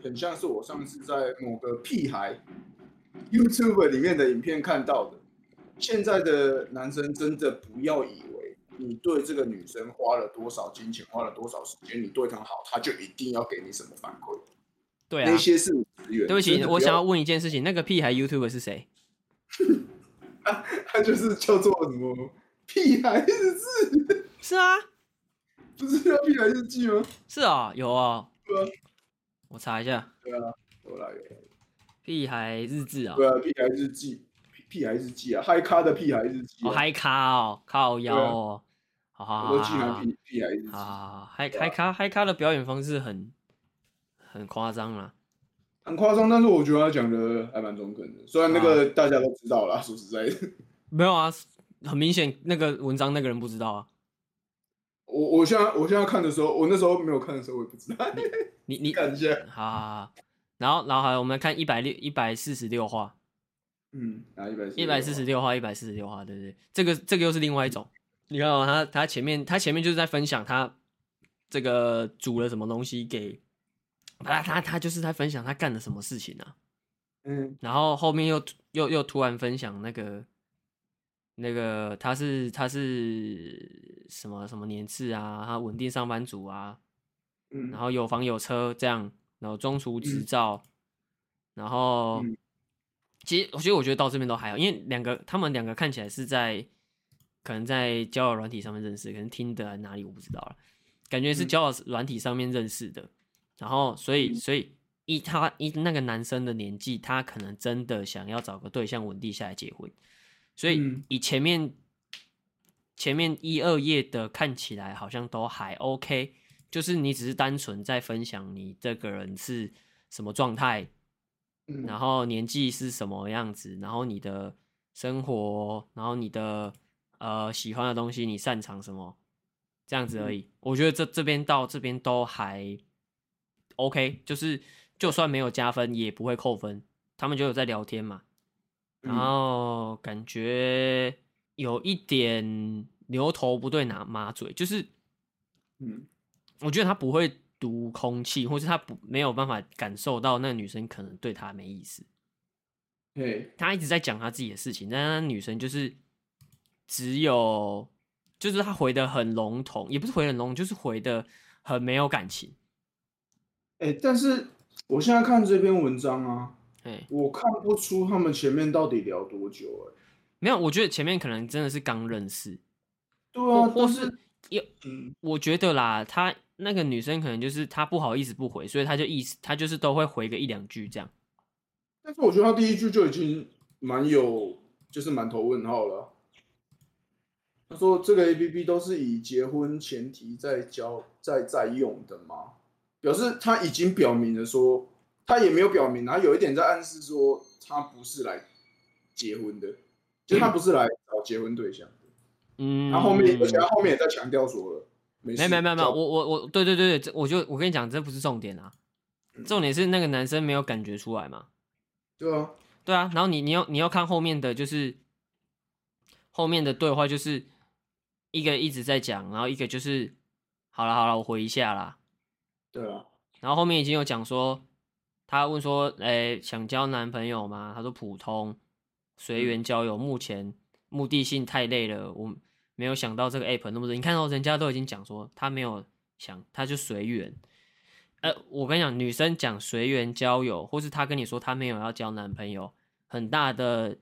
很像是我上次在某个屁孩 YouTube 里面的影片看到的。现在的男生真的不要以为你对这个女生花了多少金钱，花了多少时间，你对她好，她就一定要给你什么反馈。
对啊
那，些是资源。
对不
真
起，
的
我
要
想要问一件事情，那个屁孩 YouTube 是谁？
他就是叫做什么屁孩日记，
是啊，
不是叫屁孩日记吗？
是啊、有啊、
对啊，
我查一下。
对啊，有啦有啦。
屁孩日志啊、
对啊，屁孩日记，屁屁孩日记啊，嗨咖的屁孩日记、
哦，
啊，
嗨咖哦，靠腰哦，好好好
我都记
好
得
好
屁屁孩日啊记。
好，嗨嗨咖嗨咖的表演方式很很夸张啦，
很夸张，但是我觉得他讲的还蛮中肯的。虽然那
啊
个大家都知道啦，说实在的，
没有啊，很明显那个文章那个人不知道啊，
我我现在我现在看的时候，我那时候没有看的时候，我也不知道。
你你好
感觉，
好好，好然后然后还我们看一百六一百四十六话，
嗯，啊，一百四，
一百四十，六话一百四十六话，对不对？这个这个又是另外一
嗯
种，你看哦，他他前面他前面就是在分享他这个煮了什么东西给，他他他就是在分享他干了什么事情啊。
嗯，
然后后面又突又又突然分享那个那个他是他是什么什么年次啊，他稳定上班族啊，
嗯
然后有房有车这样，然后中途执照，然后、
嗯
其实我觉得我觉得到这边都还好，因为两个他们两个看起来是在可能在交友软体上面认识，可能听的哪里我不知道了，感觉是
嗯
交友软体上面认识的，然后所以所以依他依那个男生的年纪，他可能真的想要找个对象稳定下来结婚，所以
嗯
以前面前面一二页的看起来好像都还 OK，就是你只是单纯在分享你这个人是什么状态，
嗯
然后年纪是什么样子，然后你的生活，然后你的呃喜欢的东西，你擅长什么，这样子而已。我觉得这这边到这边都还 OK，就是就算没有加分也不会扣分，他们就有在聊天嘛，
嗯
然后感觉有一点牛头不对拿马嘴，就是
嗯
我觉得他不会读空气，或是他不没有办法感受到那个女生可能对他没意思。
嗯，嘿，
他一直在讲他自己的事情，但是那女生就是只有，就是他回的很笼统，也不是回得很笼统，就是回的很没有感情。
哎、但是我现在看这篇文章啊，
哎，
我看不出他们前面到底聊多久哎、
没有，我觉得前面可能真的是刚认识，
对
或
啊，
或
但
是有，
嗯
我觉得啦，他那个女生可能就是她不好意思不回，所以她就意思，她就是都会回个一两句这样。
但是我觉得他第一句就已经蛮有，就是满头问号了啊。他说这个 A P P 都是以结婚前提在交在在用的吗？表示他已经表明了说，他也没有表明，然后有一点在暗示说他不是来结婚的，就是他不是来找结婚对象的。
嗯，
然后后面，而且他后面也在强调说了，没
没
事
没没没，
交
我我我，对对对对，这我就我跟你讲，这不是重点啊，重点是那个男生没有感觉出来嘛。
对啊，
对啊，然后你你要你要看后面的就是后面的对话，就是一个一直在讲，然后一个就是好了好了，我回一下啦。
对啊，
然后后面已经有讲说，他问说，诶、想交男朋友吗？他说普通，随缘交友，目前目的性太累了，我没有想到这个 app 那么多。你看到人家都已经讲说他没有想，他就随缘。呃，我跟你讲，女生讲随缘交友，或是她跟你说她没有要交男朋友，很大的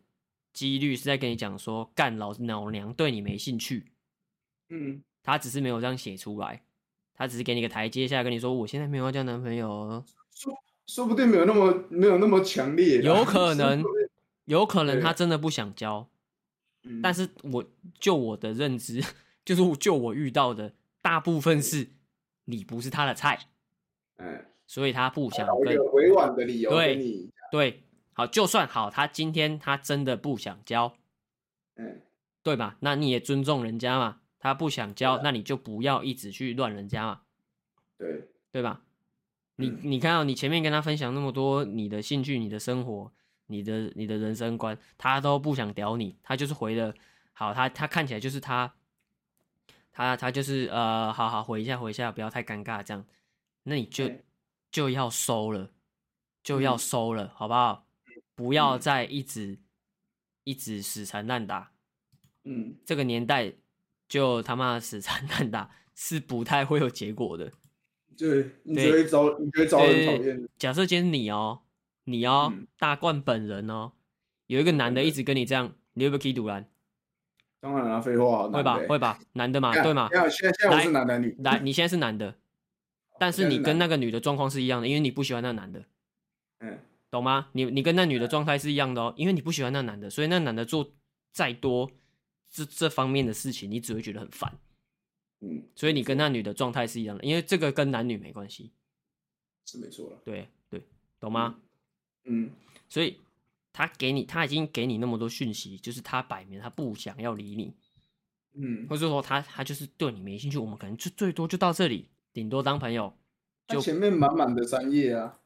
几率是在跟你讲说，干老老娘对你没兴趣。
嗯
他只是没有这样写出来，他只是给你个台阶下，跟你说我现在没有要交男朋友哦，
说不定没有那 么没有那么强烈啦，啊
有可能
说不定，
有可能
对
他真的不想交，
嗯
但是我就我的认知， 就是就我遇到的大部分是你不是他的菜，
哎，
所以他不想
找一
跟
个委婉的理由
对
跟你，
对，好，就算好，他今天他真的不想教，
哎，
对吧？那你也尊重人家嘛，他不想教，那你就不要一直去乱人家嘛，
对，
对吧？你
嗯
你看到、你前面跟他分享那么多你的兴趣、你的生活、你的你的人生观，他都不想屌你，他就是回了好，他他看起来就是他，他他就是呃，好好回一下回一下，不要太尴尬这样，那你就
对
就要收了，就要
嗯
收了，好不好？不要
嗯
再一直、一直死缠烂打，
嗯，
这个年代就他妈的死缠烂打 是不太会有结果的。
对，你
对
只会招，你只会招人讨
对
厌的，
假设今天你哦，你哦，
嗯
大冠本人哦，有一个男的一直跟你这样，你会不会 k 赌篮？
当然了，废话，
会吧，会吧，男的嘛，欸
干
对嘛
没？有，现在现在我
来
是男男女，
来，你现在是男的，但哦是
现在
你
是
跟那
男
个女的状况是一样的，因为你不喜欢那个男的，
嗯，
懂吗？你你跟那女的状态是一样的哦，因为你不喜欢那男的，所以那男的做再多这这方面的事情，你只会觉得很烦，
嗯，
所以你跟那女的状态是一样的，因为这个跟男女没关系，
是没错了，
对对，懂吗？
嗯，
所以他给你，他已经给你那么多讯息，就是他摆明他不想要理你，
嗯，
或者说他他就是对你没兴趣。我们可能就最多就到这里，顶多当朋友。
它
就
前面满满的三页啊，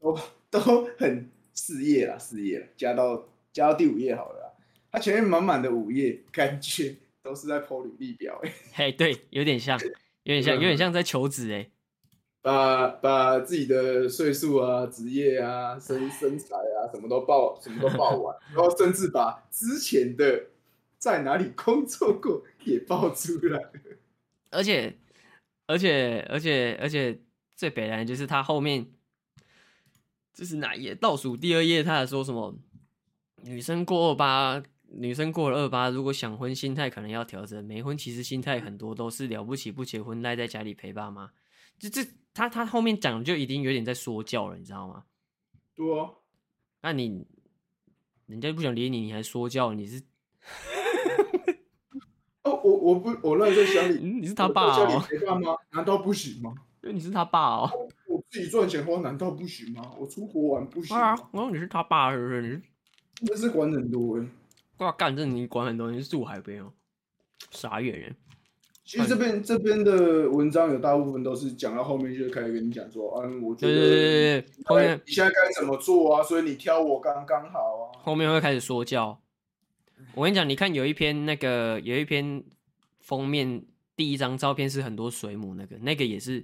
都都很四页啦，四页啦加到加到第五页好了啦。它前面满满的五页，感觉都是在剖履历表、欸，
嘿，对，有点像，有点像，有点像在求职哎、
把把自己的岁数啊、职业啊、身身材啊，什么都报，什么都 报完，然后甚至把之前的在哪里工作过也报出来。
而且，而且，而且，而且最北然就是他后面，这是哪一页？倒数第二页，他还说什么？女生过二八，女生过了二八，如果想婚，心态可能要调整。没婚其实心态很多都是了不起，不结婚赖在家里陪爸妈。就这，他他后面讲的就已经有点在说教了，你知道吗？
对啊，
那你人家不想理你，你还说教，你是
哦，我我不我那时候想你，
你是他
我在
爸
家里
哦，
陪爸妈，难道不行吗？
因为你是他爸哦。
我自己赚钱花难道不行吗？我出国玩不行
啊
吗？，
我说你是他爸是不是？你是
真的是管很多哎、
哇，干这你管很多，你是住海边哦，傻眼人。
其实这边这边的文章有大部分都是讲到后面就开始跟你讲说，嗯、我觉
对
得
对对对对，后面
哎你现在该怎么做啊？所以你挑我刚刚好啊。
后面会开始说教。我跟你讲，你看有一篇那个有一篇封面第一张照片是很多水母，那个那个也是，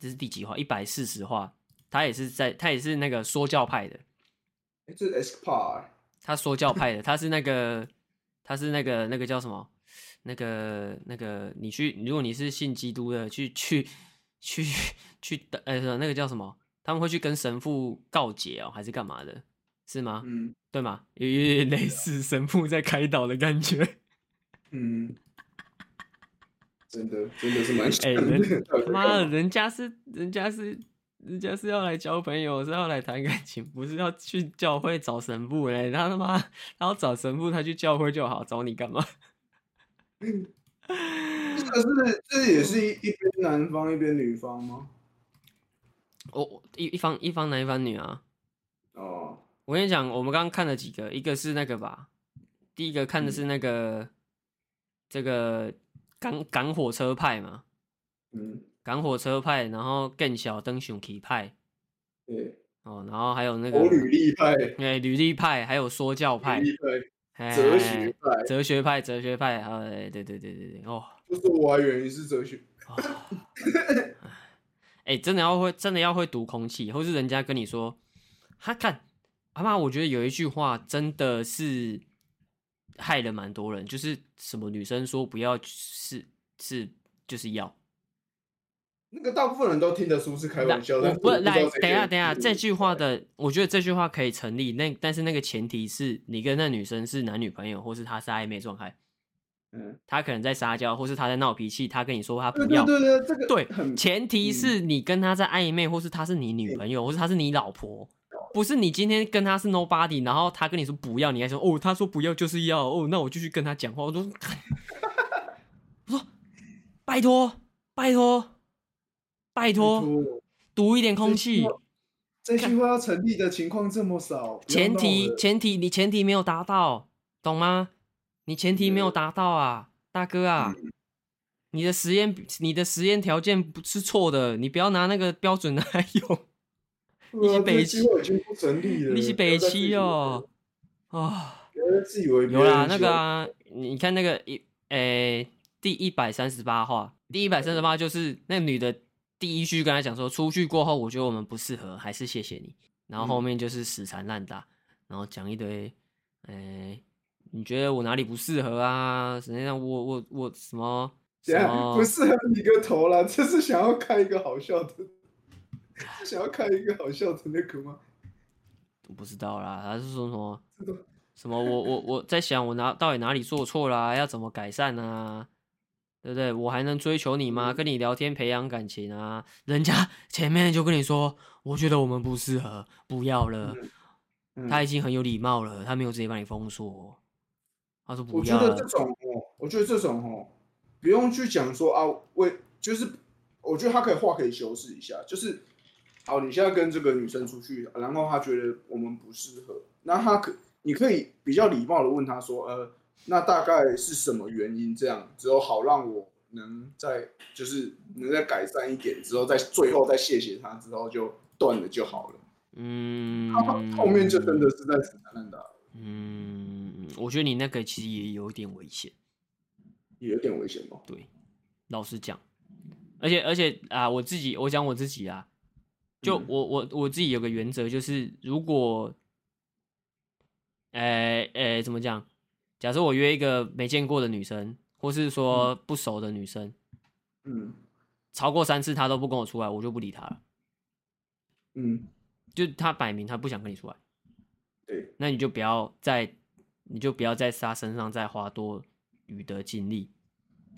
这是第几话？一百四十话，他也是在他也是那个说教派的，
诶哎这是 S 帕、欸，
他说教派的，他是那个他是那个那个叫什么？那个那个，你去，如果你是信基督的，去去去去的，呃，那个叫什么？他们会去跟神父告解哦，还是干嘛的？是吗？
嗯
对吗？有有点类似神父在开导的感觉。
嗯，真的真的是蛮
哎、
像的。
人
到底
他
在
妈的，
干嘛
人家是人家是人家是要来交朋友，是要来谈感情，不是要去教会找神父嘞、他他妈，然后找神父，他去教会就好，找你干嘛？
这个是这也是一一边男方一边女方吗？
我、我一一方一方男一方女啊。
哦，
我跟你讲，我们刚刚看了几个，一个是那个吧，第一个看的
嗯
是那个、这个赶赶火车派嘛，
嗯，
赶火车派，然后更小灯熊皮派
对，
哦，然后还有那个
我履历派，
哎、履历派，还有说教派
履、历派，
哎
哲学派，
哲学派、哲学派，还有哎对对对对对，哦，
就是我还以为你是哲学
哦 哎、真的要会，真的要会读空气，或是人家跟你说，他看阿妈，我觉得有一句话真的是害了蛮多人，就是什么女生说不要是是就是要，
那个大部分人都听得出是开
那
玩笑，
我
但
不
是我知道嗯
来，
谁
等一下，
对
等一下，
谁
这句话的，我觉得这句话可以成立，那但是那个前提是你跟那女生是男女朋友，或是她是暧昧状态，
嗯，
她可能在撒娇，或是她在闹脾气，她跟你说她不
对
要
对，对对，这个
对
很嗯
前提是你跟她在暧昧，或是她是你女朋友，或是她是你老婆，不是你今天跟他是 nobody，然后他跟你说不要，你还说哦，他说不要就是要哦，那我继续跟他讲话，我说， 我说拜托拜托拜托，读一点空气。
这句话要成立的情况这么少，不要
前
闹
提
了
前提你前提没有达到，懂吗？你前提没有达到啊，大哥啊，
嗯
你的实验你的实验条件不是错的，你不要拿那个标准来 用，
对
你
啊
是北
这句话已经不成立了，
你是北
七
七哦，啊、
不要再自以为，不要
有
再自以为别人
啦，那
喜
个
欢
啊，你看那个一诶、第一百三十八话，第一百三十八就是那女的第一句跟他讲说，出去过后我觉得我们不适合，还是谢谢你。然后后面就是死缠烂打，然后讲一堆，诶、你觉得我哪里不适合啊？实际上我我我什么
等
什
下
么
不适合你个头啦，这是想要开一个好笑的， 是想要开一个好笑的那个吗？
我不知道啦，他是说什么
这个
什么我我我在想我哪到底哪里做错啦，要怎么改善啊？对不对？我还能追求你
嗯
吗？跟你聊天培养感情啊？人家 前面就跟你说，我觉得我们不适合，不要了。
嗯
他已经很有礼貌了，他没有直接把你封锁。他说
我
不啊
觉
要
得这
了，
种哦，我觉得这种哦，不用去讲说啊，为就是，我觉得他可以话可以修饰一下，就是，好，你现在跟这个女生出去，然后他觉得我们不适合，那他可你可以比较礼貌的问他说，呃，那大概是什么原因这样，之后好让我能再就是能再改善一点，之后再最后再谢谢他，之后就断了就好了。
嗯
他，后面就真的是在死缠烂打，
嗯，我觉得你那个其实也有点危险。
也有点危险哦。
对，老实讲，而且而且啊，我自己我讲我自己啊，就
嗯
我我我自己有个原则，就是如果，呃呃，怎么讲？假设我约一个没见过的女生，或是说不熟的女生，
嗯
超过三次她都不跟我出来，我就不理她了。
嗯，
就她摆明她不想跟你出来，
对，
那你就不要再，你就不要在她身上再花多余的精力，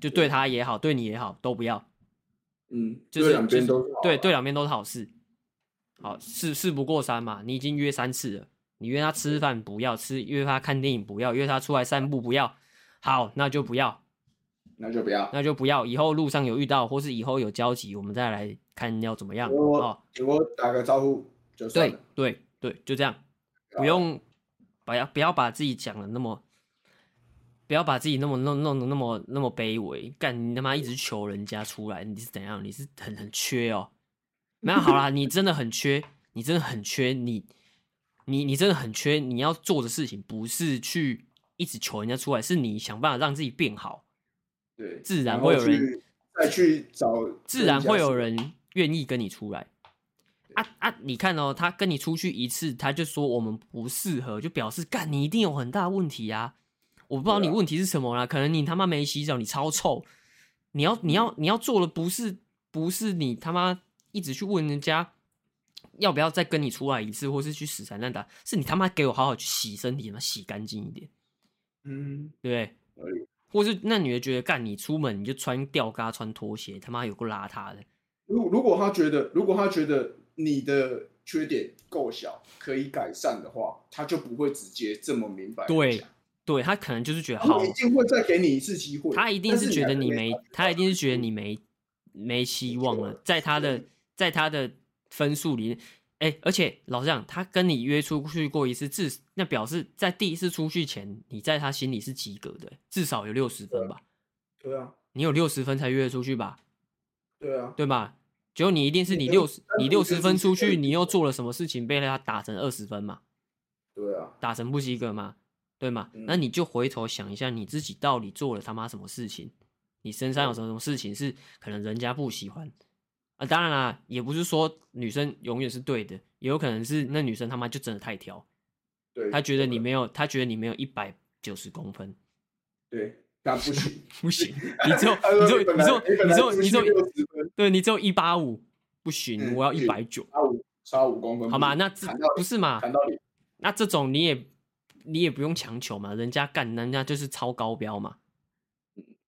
就对她也好，对你也好，都不要。
嗯，
就
对
是
两
就
边
是
都是好啊
对
啦
对两边都是好事。好事事不过三嘛，你已经约三次了，你约他吃饭不要吃，约他看电影不要，约他出来散步不要，好那就不要，
那就不要。
那就不要，以后路上有遇到或是以后有交集，我们再来看要怎么样
我
哦。
给我打个招呼就算
对
了。
对对，就这样，
好
不用不要不要把自己讲的那么。不要把自己那么弄弄的那么那么卑微，干你他妈一直求人家出来，你是怎样？你是很很缺哦、没有好 啦，你真的很缺，你真的很缺，你你你真的很缺，你要做的事情不是去一直求人家出来，是你想办法让自己变好，
对，
自然
然后
会有人
去再去找，
自然会有。人愿意跟你出来。啊啊！你看哦，他跟你出去一次，他就说我们不适合，就表示干你一定有很大的问题啊！我不知道
对
你
啊
问题是什么啦，可能你他妈没洗澡，你超臭。你
嗯
要你要你要做的不是不是你他妈一直去问人家要不要再跟你出来一次，或是去死缠烂打，是你他妈给我好好去洗身体，他妈洗干净一点。
嗯，
对不
合
对
理？
或是那女的觉得，干你出门你就穿吊嘎、穿拖鞋，他妈有够邋遢的。
如如果他觉得，如果他觉得你的缺点够小，可以改善的话，他就不会直接这么明白地
对
讲。
对他可能就是觉得
他
好
们，一定会再给你一次机会。
他一定
但
是
是
觉得你
还
没
察，觉
他一定是觉得你没没希望了，嗯在他的在他的分数里面，哎、而且老实讲，他跟你约出去过一次，至那表示在第一次出去前，你在他心里是及格的，至少有六十分吧，
对啊，
你有六十分才约得出去吧，
对啊，
对吧？结果你一定是你
你
六十，
单独
你
约
六
出
十
去
分出
可
去，
以
你又做了什么事情被他打成二十分嘛？
对啊，
打成不及格嘛，对嘛？
嗯
那你就回头想一下，你自己到底做了他妈什么事情？你身上有什么什么事情是可能人家不喜欢啊？当然啦，也不是说女生永远是对的，也有可能是那女生他妈就真的太挑，
对。
她觉得你
对
没有，她觉得你没有一百九十公分，
对，那不行。
不行， 你只有
他说
你只有
本
你
来
只有你只有你只有
六十分，
对你只有一八五，不行，
嗯
我要
不
一
行
百九，
差五差五公分不行。
好吗？那这
砍到
不是嘛？
砍到你，
那这种你也你也不用强求嘛，人家干人家就是超高标嘛，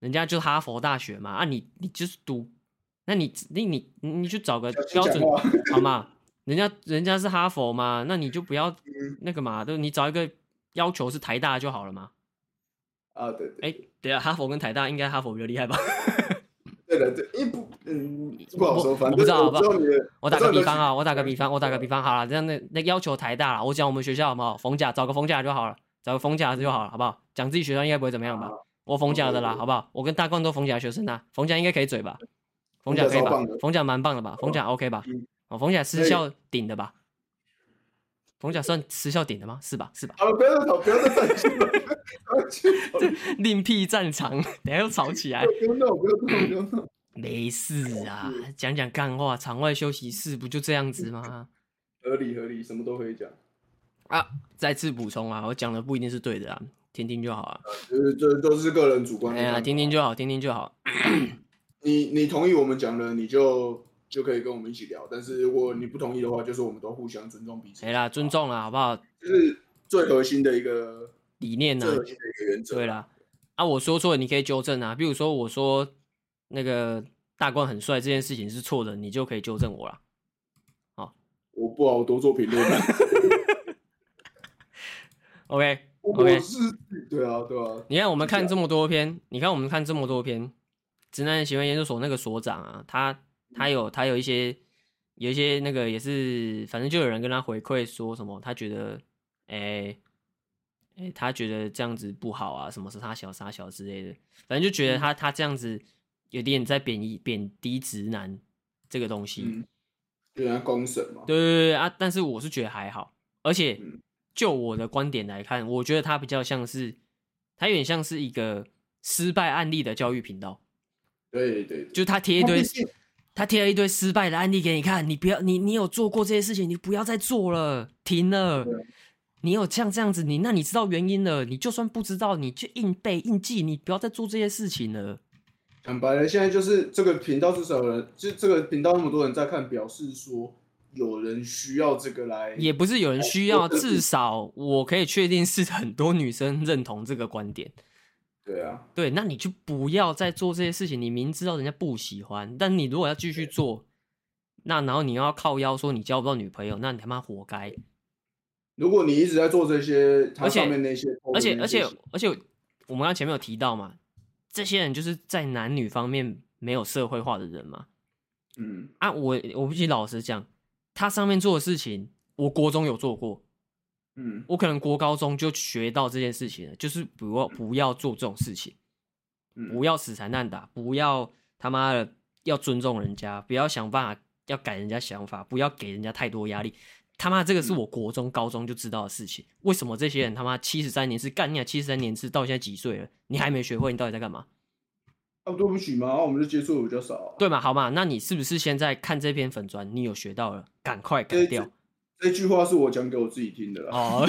人家就哈佛大学嘛，啊你你就是读，那你你你你去找个
小心
标
讲
准
话
好吗？人家人家是哈佛嘛，那你就不要
嗯
那个嘛，就你找一个要求是台大就好了嘛。
啊，对对
哎、等一下哈佛跟台大应该哈佛比较厉害吧？
对了对，因为不嗯不好说，
我
反
我
正
不知道好不好
知道你的，
我打个比方啊，我
我
打个比方，我打个比方好了，这样那那要求台大啦，我讲我们学校好不好？逢甲找个逢甲就好了，找个逢甲就好了，好不好？讲自己学校应该不会怎么样吧？我逢甲的啦，
好
好不好？我跟大冠都逢甲学生啊，逢甲应该可以嘴吧？逢甲可以
逢甲超
吧
棒的？
逢甲蛮棒的吧？逢甲 OK 吧
嗯？
哦，逢甲私
可以
校顶的吧？逢甲算私校顶的吗？是吧？是吧？
好了，不要再吵，不要再战去 了，不要去吵不
另辟战场，等一下又吵起来。
要闹，不要闹，不要闹。
没事啊，讲讲干话，场外休息室不就这样子吗？
合理合理，什么都可以讲，
啊，再次补充啊，我讲的不一定是对的啊，听听就好啊。
就是这都是个人主观
哎
的看法。
呀，听听就好，听听就好。
你你同意我们讲的，你就就可以跟我们一起聊。但是如果你不同意的话，就是我们都互相尊重彼此
哎，啦，尊重啦，好不好？
这是最核心的一个
理念呢、
最核心的一个原则。
对啦，啊，我说错了，你可以纠正啊。比如说我说那个大冠很帅这件事情是错的，你就可以纠正我啦。
我不好多做 评论，
OK，
我
OK
是对啊对啊，
你看我们看这么多篇，你看我们看这么多篇，直男行为研究所那个所长啊，他他有他有一些有一些那个也是，反正就有人跟他回馈说什么，他觉得，哎、哎、他觉得这样子不好啊，什么是他小傻小之类的，反正就觉得
嗯
他他这样子有点在贬义贬低直男这个东西。
嗯，就人家公审嘛，
对对对啊，但是我是觉得还好，而且
嗯
就我的观点来看，我觉得它比较像是，它有点像是一个失败案例的教育频道，
对对对，
就是他贴一堆
它毕竟，
他贴了一堆失败的案例给你看，你不要，你你有做过这些事情，你不要再做了，停了
对。
你有像这样子，你那你知道原因了，你就算不知道，你去硬背硬记，你不要再做这些事情了。
讲白了，现在就是这个频道至少有人，就这个频道那么多人在看，表示说有人需要这个来，
也不是有人需 要，至少我可以确定是很多女生认同这个观点。
对啊，
对，那你就不要再做这些事情。你明知道人家不喜欢，但你如果要继续做，那然后你又要靠腰说你交不到女朋友，那你他妈活该。
如果你一直在做这些，它
而且
上面那些，
而且而且
后面
而且，我们刚前面有提到嘛，这些人就是在男女方面没有社会化的人嘛。
那些嗯，
啊，我我必须老实讲，他上面做的事情，我国中有做过，
嗯，
我可能国高中就学到这件事情了，就是不要不要做这种事情。
嗯
不要死缠烂打，不要他妈的要尊重人家，不要想办法要改人家想法，不要给人家太多压力。他妈这个
嗯
是我国中、高中就知道的事情，为什么这些人他妈七十三年是干你啊？七十三年是到现在几岁了？你还没学会，你到底在干嘛？
啊，对不起嘛，啊我们就接触的比较少啊、
对嘛，好嘛，那你是不是现在看这篇粉砖，你有学到了，赶快改
对
掉
这句话是我讲给我自己听的啦。
哦。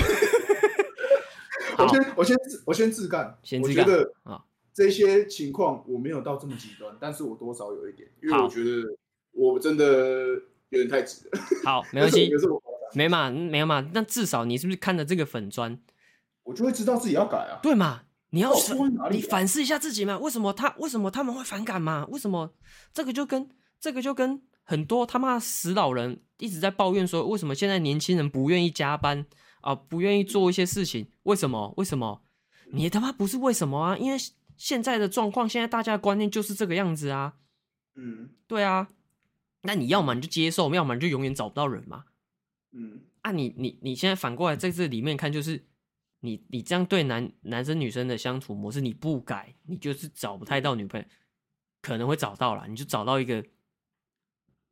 好
我先我先自我先自干，
先
我
自
觉
干
得
好
这些情况我没有到这么极端，但是我多少有一点，因为
好
我觉得我真的有点太直了。
好，没关 系
可，是我
没嘛，没嘛，那至少你是不是看了这个粉砖，
我就会知道自己要改啊。
对嘛？你要
哦
反、
说哪里啊
你反思一下自己嘛，为什么他为什么他们会反感嘛？为什么这个就跟这个就跟很多他妈死老人一直在抱怨说，为什么现在年轻人不愿意加班啊、不愿意做一些事情？为什么？为什么？你他妈不是为什么啊？因为现在的状况，现在大家的观念就是这个样子啊，
嗯
对啊。那你要么你就接受，要么你就永远找不到人嘛。
嗯，
啊你，你你现在反过来在这里面看，就是你你这样对男男生女生的相处模式，你不改，你就是找不太到女朋友，可能会找到啦，你就找到一个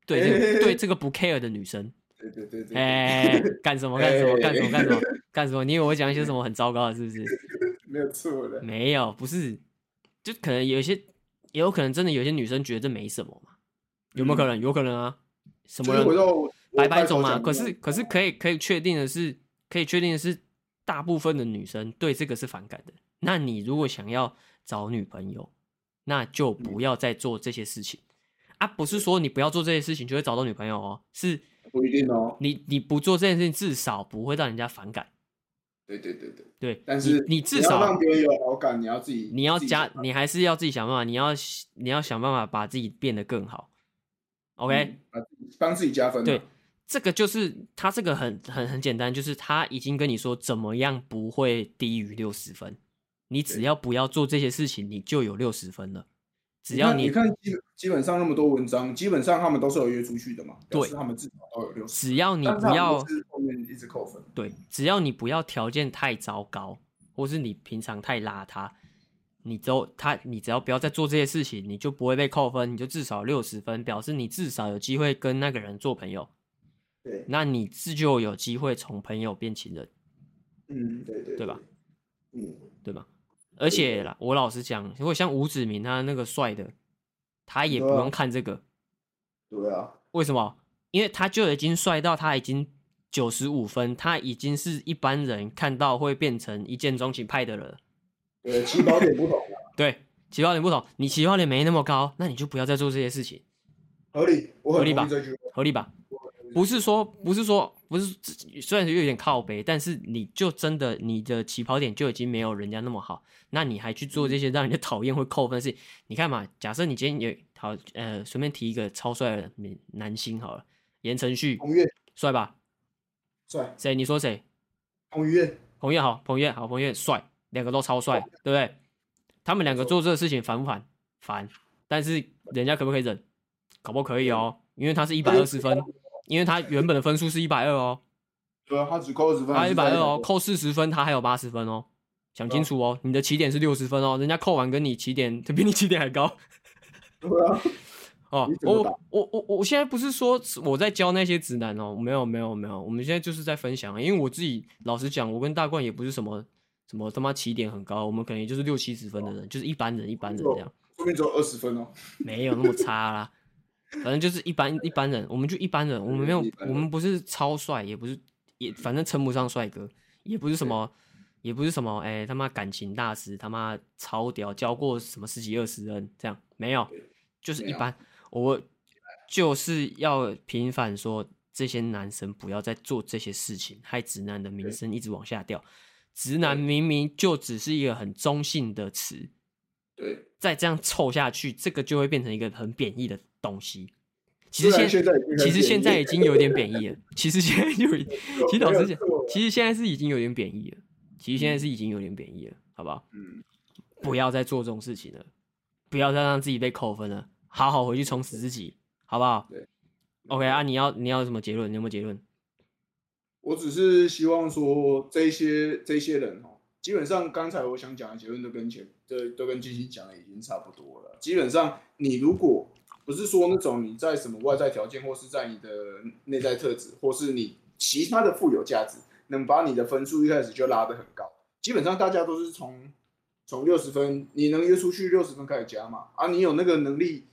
对这个、
哎
对这个不 care 的女生，
对对对对对，
哎、干什么干什么
哎
干什么干什么干什么？你以为我讲一些什么很糟糕的，是不是？
没有错的。
没有，不是，就可能有一些，也有可能真的有些女生觉得这没什么嘛，有没有可能？有可能啊，什
就
么
是
人
回到我
白白种嘛。
我
可
开头讲
是
的
可是可以可以确定的是，可以确定的是，大部分的女生对这个是反感的。那你如果想要找女朋友，那就不要再做这些事情、啊！不是说你不要做这些事情就会找到女朋友哦，是
不一定哦。
你你不做这件事情，至少不会让人家反感。
对对对对，
对，
但是
你你至
要
少
让别人有好感，你要自己
你要
自己
加
想，
你还是要自己想办法，你要你要想办法把自己变得更好。OK，、
嗯啊，帮自己加分啊。
对这个就是他这个很很很简单，就是他已经跟你说怎么样不会低于六十分，你只要不要做这些事情，你就有六十分了。只要
你看，你看基本基本上那么多文章，基本上他们都是有约出去的嘛，
对
表示他们至少都有六十。
只要你
但是
不
他们
要
就是后面一直扣分，
对，只要你不要条件太糟糕，或是你平常太邋遢，你都他你只要不要再做这些事情，你就不会被扣分，你就至少六十分，表示你至少有机会跟那个人做朋友，
对，
那你自就有机会从朋友变情人，
嗯，对对
对吧？
嗯，
对吗？而且啦，我老实讲，如果像吴子明他那个帅的，他也不
对啊
用看这个，
对啊，
为什么？因为他就已经帅到他已经九十五分，他已经是一般人看到会变成一见钟情派的人了。
对，起跑点不同啊，
对，起跑点不同，你起跑点没那么高，那你就不要再做这些事情，
合理，我很
合理吧
同意这句话。
合理吧？不是说不是说不是，虽然有点靠背，但是你就真的你的起跑点就已经没有人家那么好，那你还去做这些让人家 讨厌会扣分的事情，你看嘛，假设你今天有好呃随便提一个超帅的男男星好了，言承旭
彭越
帅吧？
帅，
谁？你说谁？
彭于晏
彭越好，彭越好，彭越帅，两个都超帅，对不对？他们两个做这个事情烦不烦？烦，但是人家可不可以忍？搞不好可以哦，因为他是一百二十分，因为他原本的分数是一百二哦，
对啊，他只扣二十分，
他一百二哦，
扣
扣四十分，他还有八十分哦。想清楚哦，你的起点是六十分哦，人家扣完跟你起点，比你起点还高
对啊，
哦
你。怎么打
我我我我现在不是说我在教那些直男哦，没有没有没有，我们现在就是在分享，啊因为我自己老实讲，我跟大冠也不是什么什么他妈起点很高，我们可能也就是六七十分的人，就是一般人一般人这样。
说明只有二十分哦。
没有那么差啦，反正就是一般一般人，我们就一般人，我们没有
一，般
我
人
们不是超帅，也不是也反正称不上帅哥，也不是什么，也不是什么，哎、他妈感情大师，他妈超屌，教过什么十几二十人这样，没有，就是
没
一
有
般，我就是要平反说这些男生不要再做这些事情，害直男的名
对
声一直往下掉。直男
对
明明就只是一个很中性的词，
对，
再这样凑下去，这个就会变成一个很贬义的东西。其实
虽然
现
啊现在已经很
其实现在
贬义
已经有点贬义了。其实现在就 已，其实老实
没
讲
有错，
其实现在是已经有点贬义了。其实现在是已经有点贬义了，好不好？
嗯，
不要再做这种事情了，不要再让自己被扣分了，好好回去充实自己，好不好
对
？OK 啊，你要你要什么结论？你有没有结论？
我只是希望说这些这些人哦，基本上刚才我想讲的结论都跟前都都跟金星讲的已经差不多了。基本上你如果不是说那种你在什么外在条件，或是在你的内在特质，或是你其他的富有价值，能把你的分数一开始就拉得很高。基本上大家都是从从六十分，你能约出去六十分开始加嘛？啊，你有那个能力，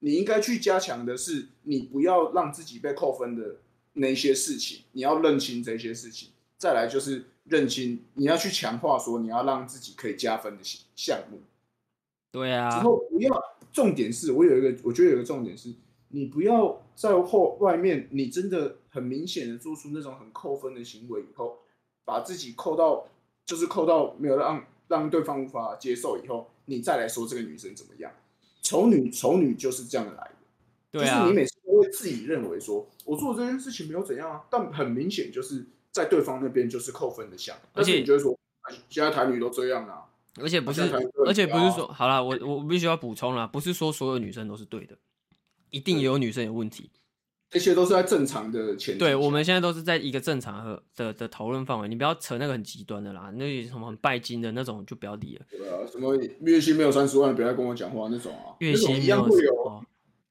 你应该去加强的是，你不要让自己被扣分的那一些事情，你要认清这些事情。再来就是认清，你要去强化说你要让自己可以加分的项项目。
对
之
啊，
后不要，重点是我有一个，我觉得有一个重点是，你不要在后外面，你真的很明显的做出那种很扣分的行为以后，把自己扣到，就是扣到没有让让对方无法接受以后，你再来说这个女生怎么样，丑女丑女就是这样来的。
对
就是
啊
你，每次都会自己认为说，我做这件事情没有怎样啊，但很明显就是在对方那边就是扣分的项，
而
但
且
是你就会说，哎现在台女都这样啊，
而且不是
大家才会，
而且不是说
聊
好啦，我我必须要补充啦，不是说所有女生都是对的，一定也有女生有问题。
这些都是在正常的前提
对，我
下
们现在都是在一个正常和的的讨论范围，你不要扯那个很极端的啦，那有什么很拜金的那种就不要理了。
对啊，什么月薪没有三十万，不要跟我讲话那种啊，
月
那种
薪
一
没
样
有
会有，
哦，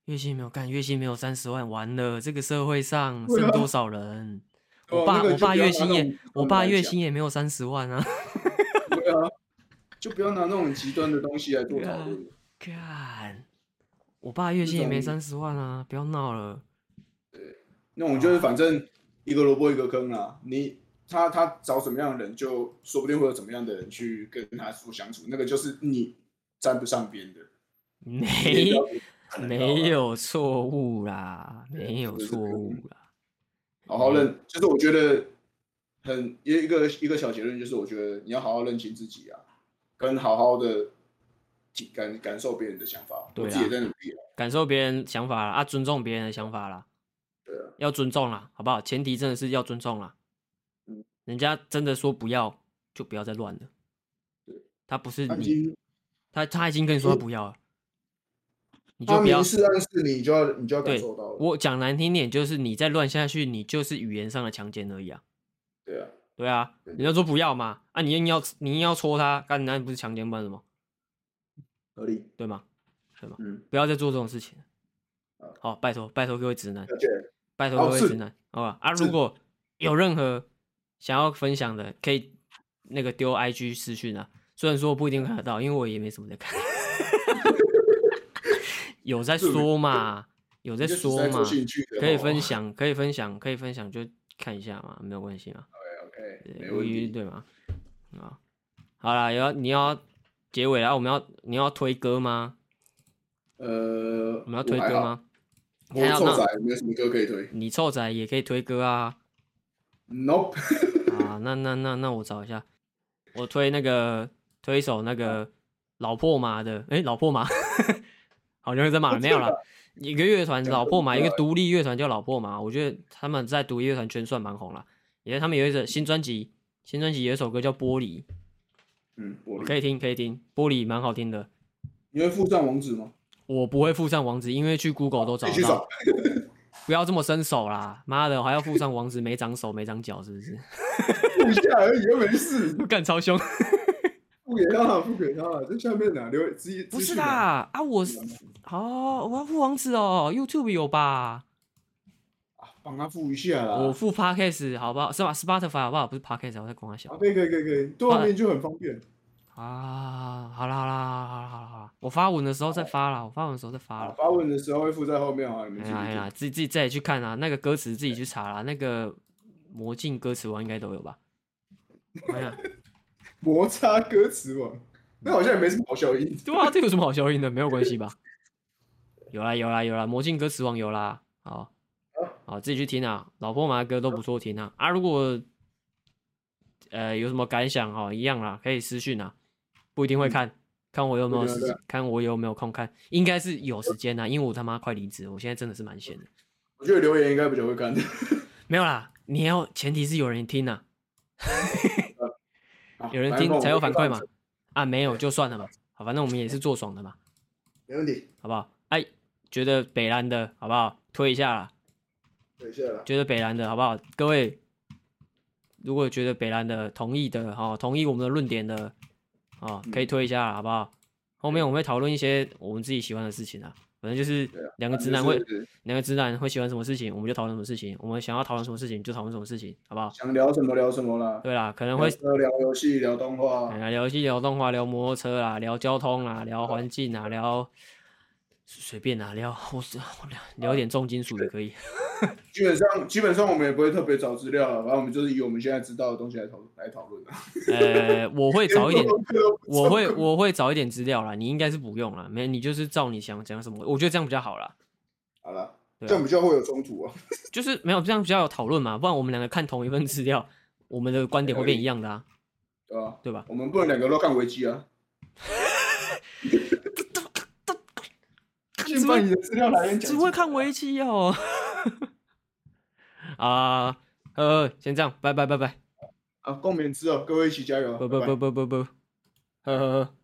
月薪没有干，月薪没有三十万，完了，这个社会上
对啊
剩多少人？
对啊
我爸
那个
我
就不
爸
要
月
拿
薪
那
也
种
我爸
来
月
讲
薪也没有三十万啊。
对啊，就不要拿那种极端的东西来做
对啊
讨论。
干，我爸月薪也没三十万啊，不要闹了。
那种就是反正一个萝卜一个坑啊，你他他找什么样的人，就说不定会有怎么样的人去跟他做相处，那个就是你沾不上边的。
没
你也不要可能高啊
没有错误啦，没有
就是
错
这个
误啦。
好好认，就是我觉得很一一个一个小结论，就是我觉得你要好好认清自己啊，跟好好的感感受别人的想法。
对啊
我自己也在努力啊。
感受别人想法啦，啊，尊重别人的想法啦。
对啊，
要尊重啦，好不好？前提真的是要尊重啦。
嗯
人家真的说不要，就不要再乱了。他不是
他已
你，
经
他他已经跟你说他不要了，你就
他
不要
明。示暗示你，你就要你就要感
对
受到了。
我讲难听点，就是你再乱下去，你就是语言上的强奸而已啊。
对啊，
对啊，
对
人家说不要嘛，啊，你硬要你硬要戳他，干那你不是强奸犯什么？
合理。
对吗？
嗯，
不要再做这种事情
好。
好，拜托拜托各位直男，
了解。
拜托
好
各位
啊哦是
直男，好吧？啊，
是
如果有任何想要分享的，可以那个丢 IG 私讯啊。虽然说我不一定看得到，因为我也没什么在 看。有在说嘛？有在
你就只是
说
在
嘛
做？兴趣的
可以分
哦
享，可以分享，可以分享，就看一下嘛，没有关系嘛。
OK，
对
啊没
无
问
语
题。
对吗？啊，好啦，要你要结尾了，我们要你要推歌吗？
呃，
我们要推歌
还好？
吗？
我
还好
臭
那
仔，没有什么歌可以推。
你臭仔也可以推歌啊
Nope，
啊！那那那那我找一下，我推那个推一首那个老破麻的，诶，老破麻， 好像又在骂了没有啦，一个乐团
讲
老
得
破
出
麻，一个
来
独立乐团叫老破麻，我觉得他们在独立乐团圈算蛮红啦，因为他们有一首新专辑，新专辑有一首歌叫《玻璃》，
嗯，我
可以听可以听，《玻璃》蛮好听的。
你会附上网址吗？
我不会附上网址，因为去 Google 都找
自己
得
去
到
哦找。。
不要这么伸手啦！妈的，我还要附上网址，没长手没长脚，是不 是？
付一下而已，又没事，
干超凶！
付给他了，付给他了，在下面哪留资
不是，啦，啊，我是哦，我要附网址哦，YouTube 有吧？
资讯啊帮他付一下啦。
我附 Podcast 好不好？是吧？Spotify 好不好？不是 Podcast，我在跟他
啊，
小
可以可以可以可以，多方面就很方便。
啊。好啦好啦好啦好啦好啦，我发文的时候再发啦，我发文的时候再发
啊
啦。，
发问的时候会附在后面啊，你们
哎
自
呀哎
己
呀，
听。
自己自己再去看啊，那个歌词自己去查啦，那个魔镜歌词王应该都有吧？哎呀，
摩擦歌词网，那好像也没什么好消音。
对啊，这有什么好消音的？没有关系吧？有啦有啦有啦，魔镜歌词王有啦，好，好自己去听啊，老婆麻的歌都不错听啊啊！如果呃有什么感想哈、哦，一样啦，可以私讯啊，不一定会看，看我有没有时
嗯对啊对
间，看我有没有空看，应该是有时间啊，因为我他妈快离职了，我现在真的是蛮闲的。
我觉得留言应该比较会看的。
没有啦，你要前提是有人听啊，
啊
有人听才有反馈嘛，啊没有就算了嘛，好，反正我们也是做爽的嘛，
没问题。
好不好？哎，觉得北兰的好不好？推一下啦。
等一下啦，
觉得北兰的好不好？各位，如果觉得北兰的同意的哈、哦，同意我们的论点的
嗯
哦，可以推一下啦好不好？后面我们会讨论一些我们自己喜欢的事情啊，反正就是
对啊
两个直男会，
就是
两个直男会喜欢什么事情，我们就讨论什么事情；我们想要讨论什么事情，就讨论什么事情，好不好？
想聊什么聊什么啦，
对啦，可能
聊
会
车聊游戏聊动画
哎，呀聊游戏、聊动画、聊摩托车啦，聊交通啦，聊环境啊，聊随便啊，聊我是聊聊一点重金属也可以。
基本上基本上我们也不会特别找资料啊了，反正我们就是以我们现在知道的东西来讨来讨论 啊。，
呃，我会找一点 我会我会找一点资料啦，你应该是不用啦，没你就是照你想讲什么，我觉得这样比较好啦，
好了，
对啊
这样比较会有冲突啊。
就是没有这样比较有讨论嘛，不然我们两个看同一份资料，我们的观点会变一样的啊，
对吧？
对吧？
我们不能两个都看危机 啊。先把你的资料来源讲
只
出来，
会看围棋哦。 啊，呃，先这样，拜拜拜拜，
啊，共勉之哦，各位一起加油啊，
不
拜
不
拜
不不不不，呵呵呵。